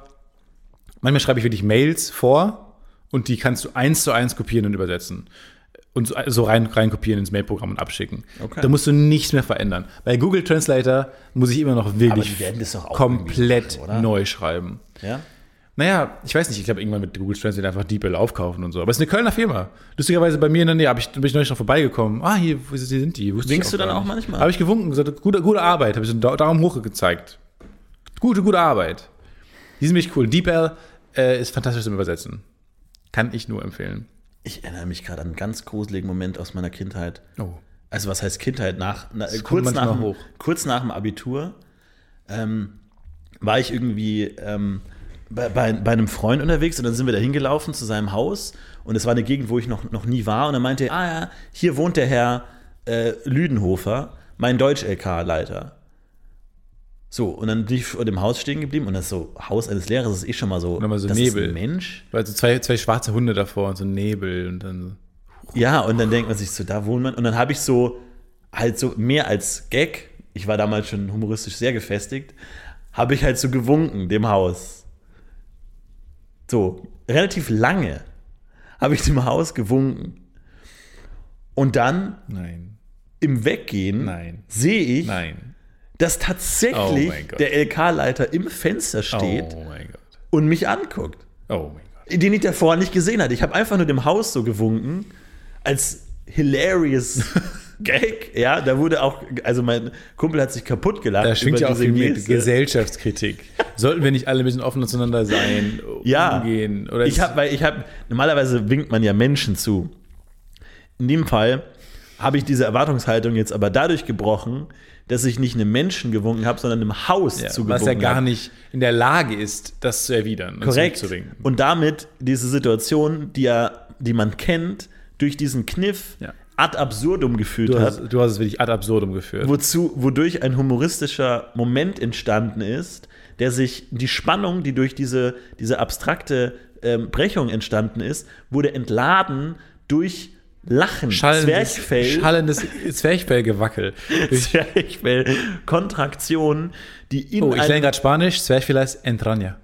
A: manchmal schreibe ich wirklich Mails vor und die kannst du eins zu eins kopieren und übersetzen und so- so rein, rein kopieren ins Mailprogramm und abschicken.
B: Okay.
A: Da musst du nichts mehr verändern. Bei Google Translator muss ich immer noch wirklich
B: die werden das doch auch
A: komplett
B: irgendwie machen, oder?
A: neu schreiben.
B: Ja?
A: Naja, ich weiß nicht, ich glaube, irgendwann mit Google Translate einfach DeepL aufkaufen und so. Aber es ist eine Kölner Firma. Lustigerweise bei mir in der Nähe, hab ich, bin ich neulich noch vorbeigekommen. Ah, hier, wo- hier sind die. Wusste
B: Winkst
A: ich
B: du dann
A: gar
B: auch
A: nicht.
B: manchmal?
A: Habe ich gewunken, gesagt, gute, gute Arbeit, habe ich so einen Dau- Daumen hoch gezeigt. Gute, gute Arbeit. Die sind wirklich cool. DeepL äh, ist fantastisch zum Übersetzen. Kann ich nur empfehlen.
B: Ich erinnere mich gerade an einen ganz gruseligen Moment aus meiner Kindheit.
A: Oh.
B: Also was heißt Kindheit? Nach, na,
A: kommt
B: kurz,
A: manchmal
B: nach dem,
A: hoch.
B: kurz nach dem Abitur ähm, war ich irgendwie ähm, bei, bei, bei einem Freund unterwegs und dann sind wir da hingelaufen zu seinem Haus und es war eine Gegend, wo ich noch, noch nie war und er meinte, ah ja, hier wohnt der Herr äh, Lüdenhofer, mein Deutsch-LK-Leiter. So, und dann bin ich vor dem Haus stehen geblieben und das so Haus eines Lehrers ist eh schon mal so,
A: dann mal so
B: das ist
A: Nebel.
B: ein Mensch.
A: Weil so zwei, zwei schwarze Hunde davor und so Nebel und dann so.
B: Ja, und dann denkt man sich so, da wohnt man. Und dann habe ich so, halt so mehr als Gag, ich war damals schon humoristisch sehr gefestigt, habe ich halt so gewunken dem Haus. So, relativ lange habe ich dem Haus gewunken. Und dann
A: Nein.
B: im Weggehen
A: Nein.
B: sehe ich,
A: Nein.
B: dass
A: Oh
B: tatsächlich
A: mein Gott.
B: der LK-Leiter im Fenster steht
A: Oh mein Gott.
B: und mich anguckt
A: Oh mein Gott.
B: den ich davor nicht gesehen hatte. Ich habe einfach nur dem Haus so gewunken, als hilarious
A: (laughs)
B: Gag. Ja, da wurde auch, also mein Kumpel hat sich kaputt gelacht.
A: Da Äh, schwingt
B: über
A: ja auch
B: diese
A: viel mit
B: Geste.
A: Gesellschaftskritik. Sollten wir nicht alle ein bisschen offen zueinander sein, um
B: Ja.
A: umgehen? Oder
B: Ich habe, weil ich habe, normalerweise winkt man ja Menschen zu. In dem Fall habe ich diese Erwartungshaltung jetzt aber dadurch gebrochen, dass ich nicht einem Menschen gewunken habe, sondern einem Haus
A: ja,
B: zugewunken
A: was ja gar
B: habe.
A: nicht in der Lage ist, das zu erwidern.
B: Korrekt.
A: Und zurückzuwinken.
B: Und damit diese Situation, die ja, die man kennt, durch diesen Kniff
A: Ja.
B: ad absurdum geführt
A: du,
B: hat.
A: hast, du hast es wirklich ad absurdum geführt.
B: wozu, wodurch ein humoristischer Moment entstanden ist, der sich die Spannung, die durch diese, diese abstrakte ähm, Brechung entstanden ist, wurde entladen durch Lachen, Zwerchfell,
A: schallendes (laughs) Zwerchfellgewackel. Ich-
B: Zwerchfell, Kontraktionen, die in
A: Oh, ich
B: ein-
A: lerne gerade Spanisch. Zwerchfell heißt Entraña.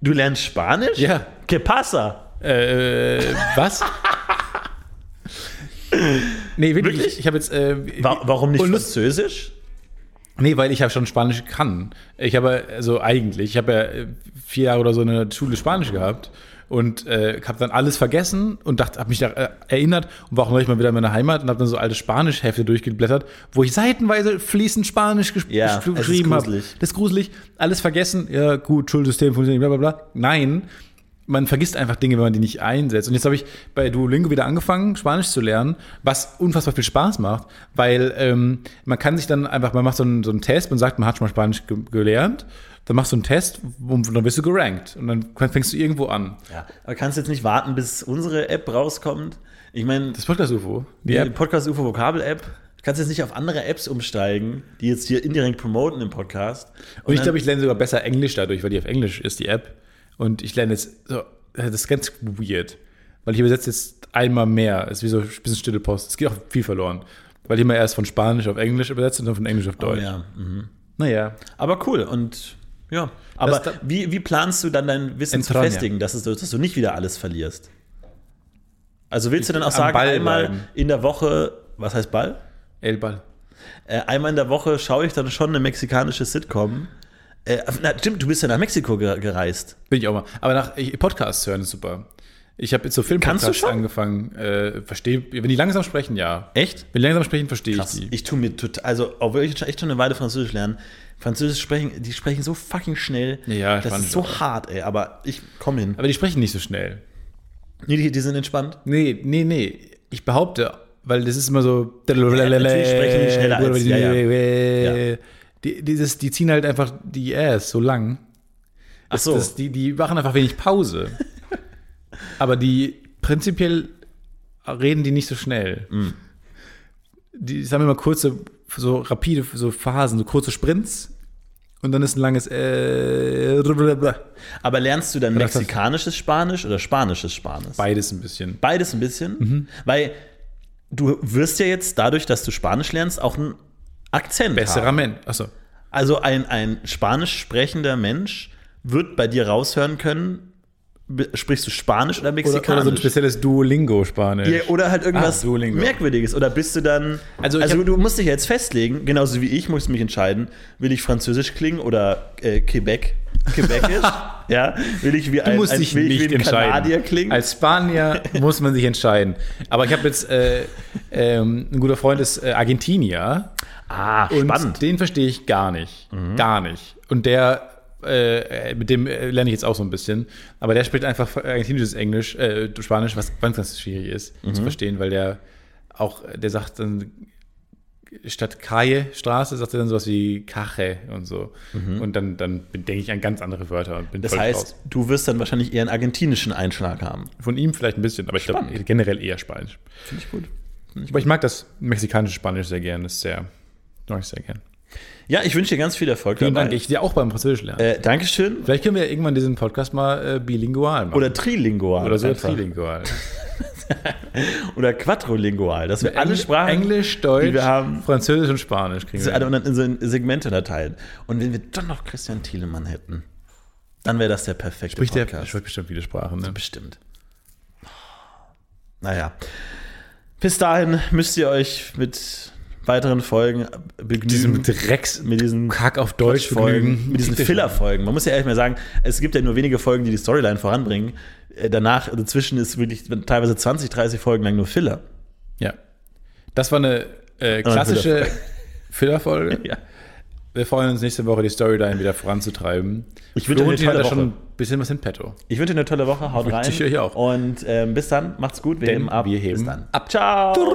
B: Du lernst Spanisch?
A: Ja.
B: Que pasa?
A: Äh, (laughs) was? nee, wirklich.
B: Wirklich?
A: Ich habe jetzt. Äh,
B: Wa warum nicht
A: und lust-
B: Französisch?
A: Nee, weil ich ja schon Spanisch kann. Ich habe, also eigentlich, ich habe ja äh, vier Jahre oder so in der Schule Spanisch gehabt und äh, habe dann alles vergessen und dachte, habe mich da, äh, erinnert und war auch neulich mal wieder in meiner Heimat und habe dann so alte Spanischhefte durchgeblättert, wo ich seitenweise fließend Spanisch gesp gesp-
B: Ja, es ist
A: geschrieben habe.
B: gruselig.
A: Das ist gruselig. Alles vergessen. Ja, gut, Schulsystem funktioniert, bla bla bla. Nein, man vergisst einfach Dinge, wenn man die nicht einsetzt. Und jetzt habe ich bei Duolingo wieder angefangen, Spanisch zu lernen, was unfassbar viel Spaß macht, weil ähm, man kann sich dann einfach, man macht so einen, so einen Test und sagt, man hat schon mal Spanisch ge gelernt. Dann machst du einen Test und dann wirst du gerankt. Und dann fängst du irgendwo an.
B: Ja. Aber kannst du jetzt nicht warten, bis unsere App rauskommt? Ich meine,
A: Das Podcast-UFO. Die
B: Die
A: App.
B: Podcast UFO Vokabel App. Du kannst jetzt nicht auf andere Apps umsteigen, die jetzt hier indirekt promoten im Podcast.
A: Und ich glaube, ich lerne sogar besser Englisch dadurch, weil die auf Englisch ist, die App. Und ich lerne jetzt so, das ist ganz weird. Weil ich übersetze jetzt einmal mehr. Ist wie so ein bisschen stille Post. Es geht auch viel verloren. Weil ich immer erst von Spanisch auf Englisch übersetze und dann von Englisch auf Deutsch.
B: ja. mhm.
A: Naja.
B: Aber cool und ja. Aber
A: da-
B: wie, wie planst du dann dein Wissen zu
A: Entrania.
B: festigen, dass, es, dass du nicht wieder alles verlierst? Also willst du dann auch
A: am
B: sagen,
A: Ball
B: einmal
A: bleiben.
B: in der Woche, was heißt Ball?
A: Elbal.
B: Äh, einmal in der Woche schaue ich dann schon eine mexikanische Sitcom. Äh, na, stimmt, du bist ja nach Mexiko ge- gereist.
A: Bin ich auch mal. Aber nach ich, Podcasts hören ist super. Ich habe jetzt so
B: Kannst du
A: Filmpodcasts
B: schon?
A: angefangen. Äh, verstehe, wenn die langsam sprechen, ja.
B: Echt?
A: Wenn die langsam sprechen, verstehe ich
B: Krass.
A: die.
B: Ich tue mir total, also obwohl ich echt schon eine Weile Französisch lernen. Französisch sprechen, die sprechen so fucking schnell.
A: Ja,
B: das
A: Spanisch
B: ist so
A: auch.
B: hart, ey. Aber ich komme hin.
A: Aber die sprechen nicht so schnell.
B: Nee, die, die sind entspannt.
A: Nee, nee, nee. Ich behaupte, weil das ist immer so.
B: natürlich sprechen die schneller als- ja, ja.
A: Die, dieses, die ziehen halt einfach die Ass so lang.
B: Ach so.
A: Das, die, die machen einfach wenig
B: (laughs)
A: Pause. Aber die prinzipiell reden die nicht so schnell.
B: Mhm.
A: Die sagen immer kurze, so rapide so Phasen, so kurze Sprints. Und dann ist ein langes. Äh,
B: aber lernst du dann
A: Oder das-
B: mexikanisches Spanisch oder spanisches Spanisch?
A: beides ein bisschen.
B: Beides ein bisschen.
A: Mhm.
B: Weil du wirst ja jetzt dadurch, dass du Spanisch lernst, auch einen Akzent
A: Besserer
B: haben.
A: Mensch. Achso.
B: Also ein, ein spanisch sprechender Mensch wird bei dir raushören können, be- sprichst du Spanisch oder
A: Oder,
B: Mexikanisch?
A: oder so ein spezielles Duolingo-Spanisch.
B: Ja, oder halt irgendwas
A: Ah, Duolingo.
B: Merkwürdiges. Oder bist du dann.
A: Also
B: Also,
A: ich hab-
B: du musst dich ja jetzt festlegen, genauso wie ich muss mich entscheiden, will ich Französisch klingen oder äh, Quebec.
A: (laughs)
B: Quebekisch? ja? Will ich wie ein,
A: Du musst
B: ein,
A: dich
B: will ich
A: nicht
B: wie ein
A: entscheiden.
B: Kanadier klingen?
A: Als
B: (laughs)
A: Spanier muss man sich entscheiden. Aber ich habe jetzt, äh, ähm, ein guter Freund ist äh, Argentinier.
B: ah,
A: Und
B: spannend. Mhm.
A: den verstehe ich gar nicht. Gar nicht. Und der, äh, mit dem äh, lerne ich jetzt auch so ein bisschen. Aber der spricht einfach argentinisches Englisch, äh, Spanisch, was ganz, ganz schwierig ist
B: Mhm.
A: zu verstehen, weil der auch, der sagt dann, statt Kaje Straße sagt er dann sowas wie Kache und so. Und dann, dann denke ich an ganz andere Wörter und bin
B: Mhm. Das
A: voll
B: heißt,
A: raus.
B: du wirst dann wahrscheinlich eher einen argentinischen Einschlag haben.
A: Von ihm vielleicht ein bisschen, aber ich glaube
B: Spannend.
A: generell eher Spanisch.
B: Finde ich gut.
A: Aber ich mag das mexikanische Spanisch sehr gern. Das ist sehr, mag ich sehr gern.
B: Ja, ich wünsche dir ganz viel Erfolg
A: Vielen
B: dabei.
A: Dank. Ich dir auch beim Französisch lernen.
B: äh, Dankeschön.
A: Vielleicht können wir ja irgendwann diesen Podcast mal äh, bilingual machen.
B: Oder trilingual.
A: Oder so
B: einfach. (laughs)
A: trilingual.
B: Oder quadrilingual. Dass wir alle Sprachen.
A: Englisch, Deutsch,
B: die wir haben-
A: Französisch und Spanisch kriegen
B: So
A: wir.
B: alle und dann in so in Segmente unterteilen. Und wenn wir dann noch Christian Thielemann hätten, dann wäre das der perfekte
A: Spricht der
B: Podcast.
A: spricht bestimmt viele Sprachen. Ne?
B: Bestimmt. Naja. Bis dahin müsst ihr euch mit weiteren Folgen begnügen.
A: Diesem Drecks
B: mit diesen
A: Kack auf Deutsch
B: Folgen,
A: Folgen.
B: mit diesen Filler-Folgen. Man muss ja ehrlich mal sagen, es gibt ja nur wenige Folgen, die die Storyline voranbringen. Äh, Danach, dazwischen ist wirklich teilweise 20, 30 Folgen lang nur Filler.
A: Ja. Das war
B: Ah,
A: eine äh,
B: (laughs)
A: klassische Filler-Folge.
B: Ja.
A: Wir freuen uns nächste Woche die Storyline wieder voranzutreiben.
B: Ich wünsche euch eine
A: Florentin hat
B: tolle
A: da schon
B: Woche.
A: ein bisschen was in petto.
B: Ich wünsche dir eine tolle Woche. Haut rein.
A: ich euch auch.
B: Und ähm, bis dann. Macht's gut. Wir
A: Denn
B: heben ab.
A: wir heben
B: bis dann. ab. Ciao.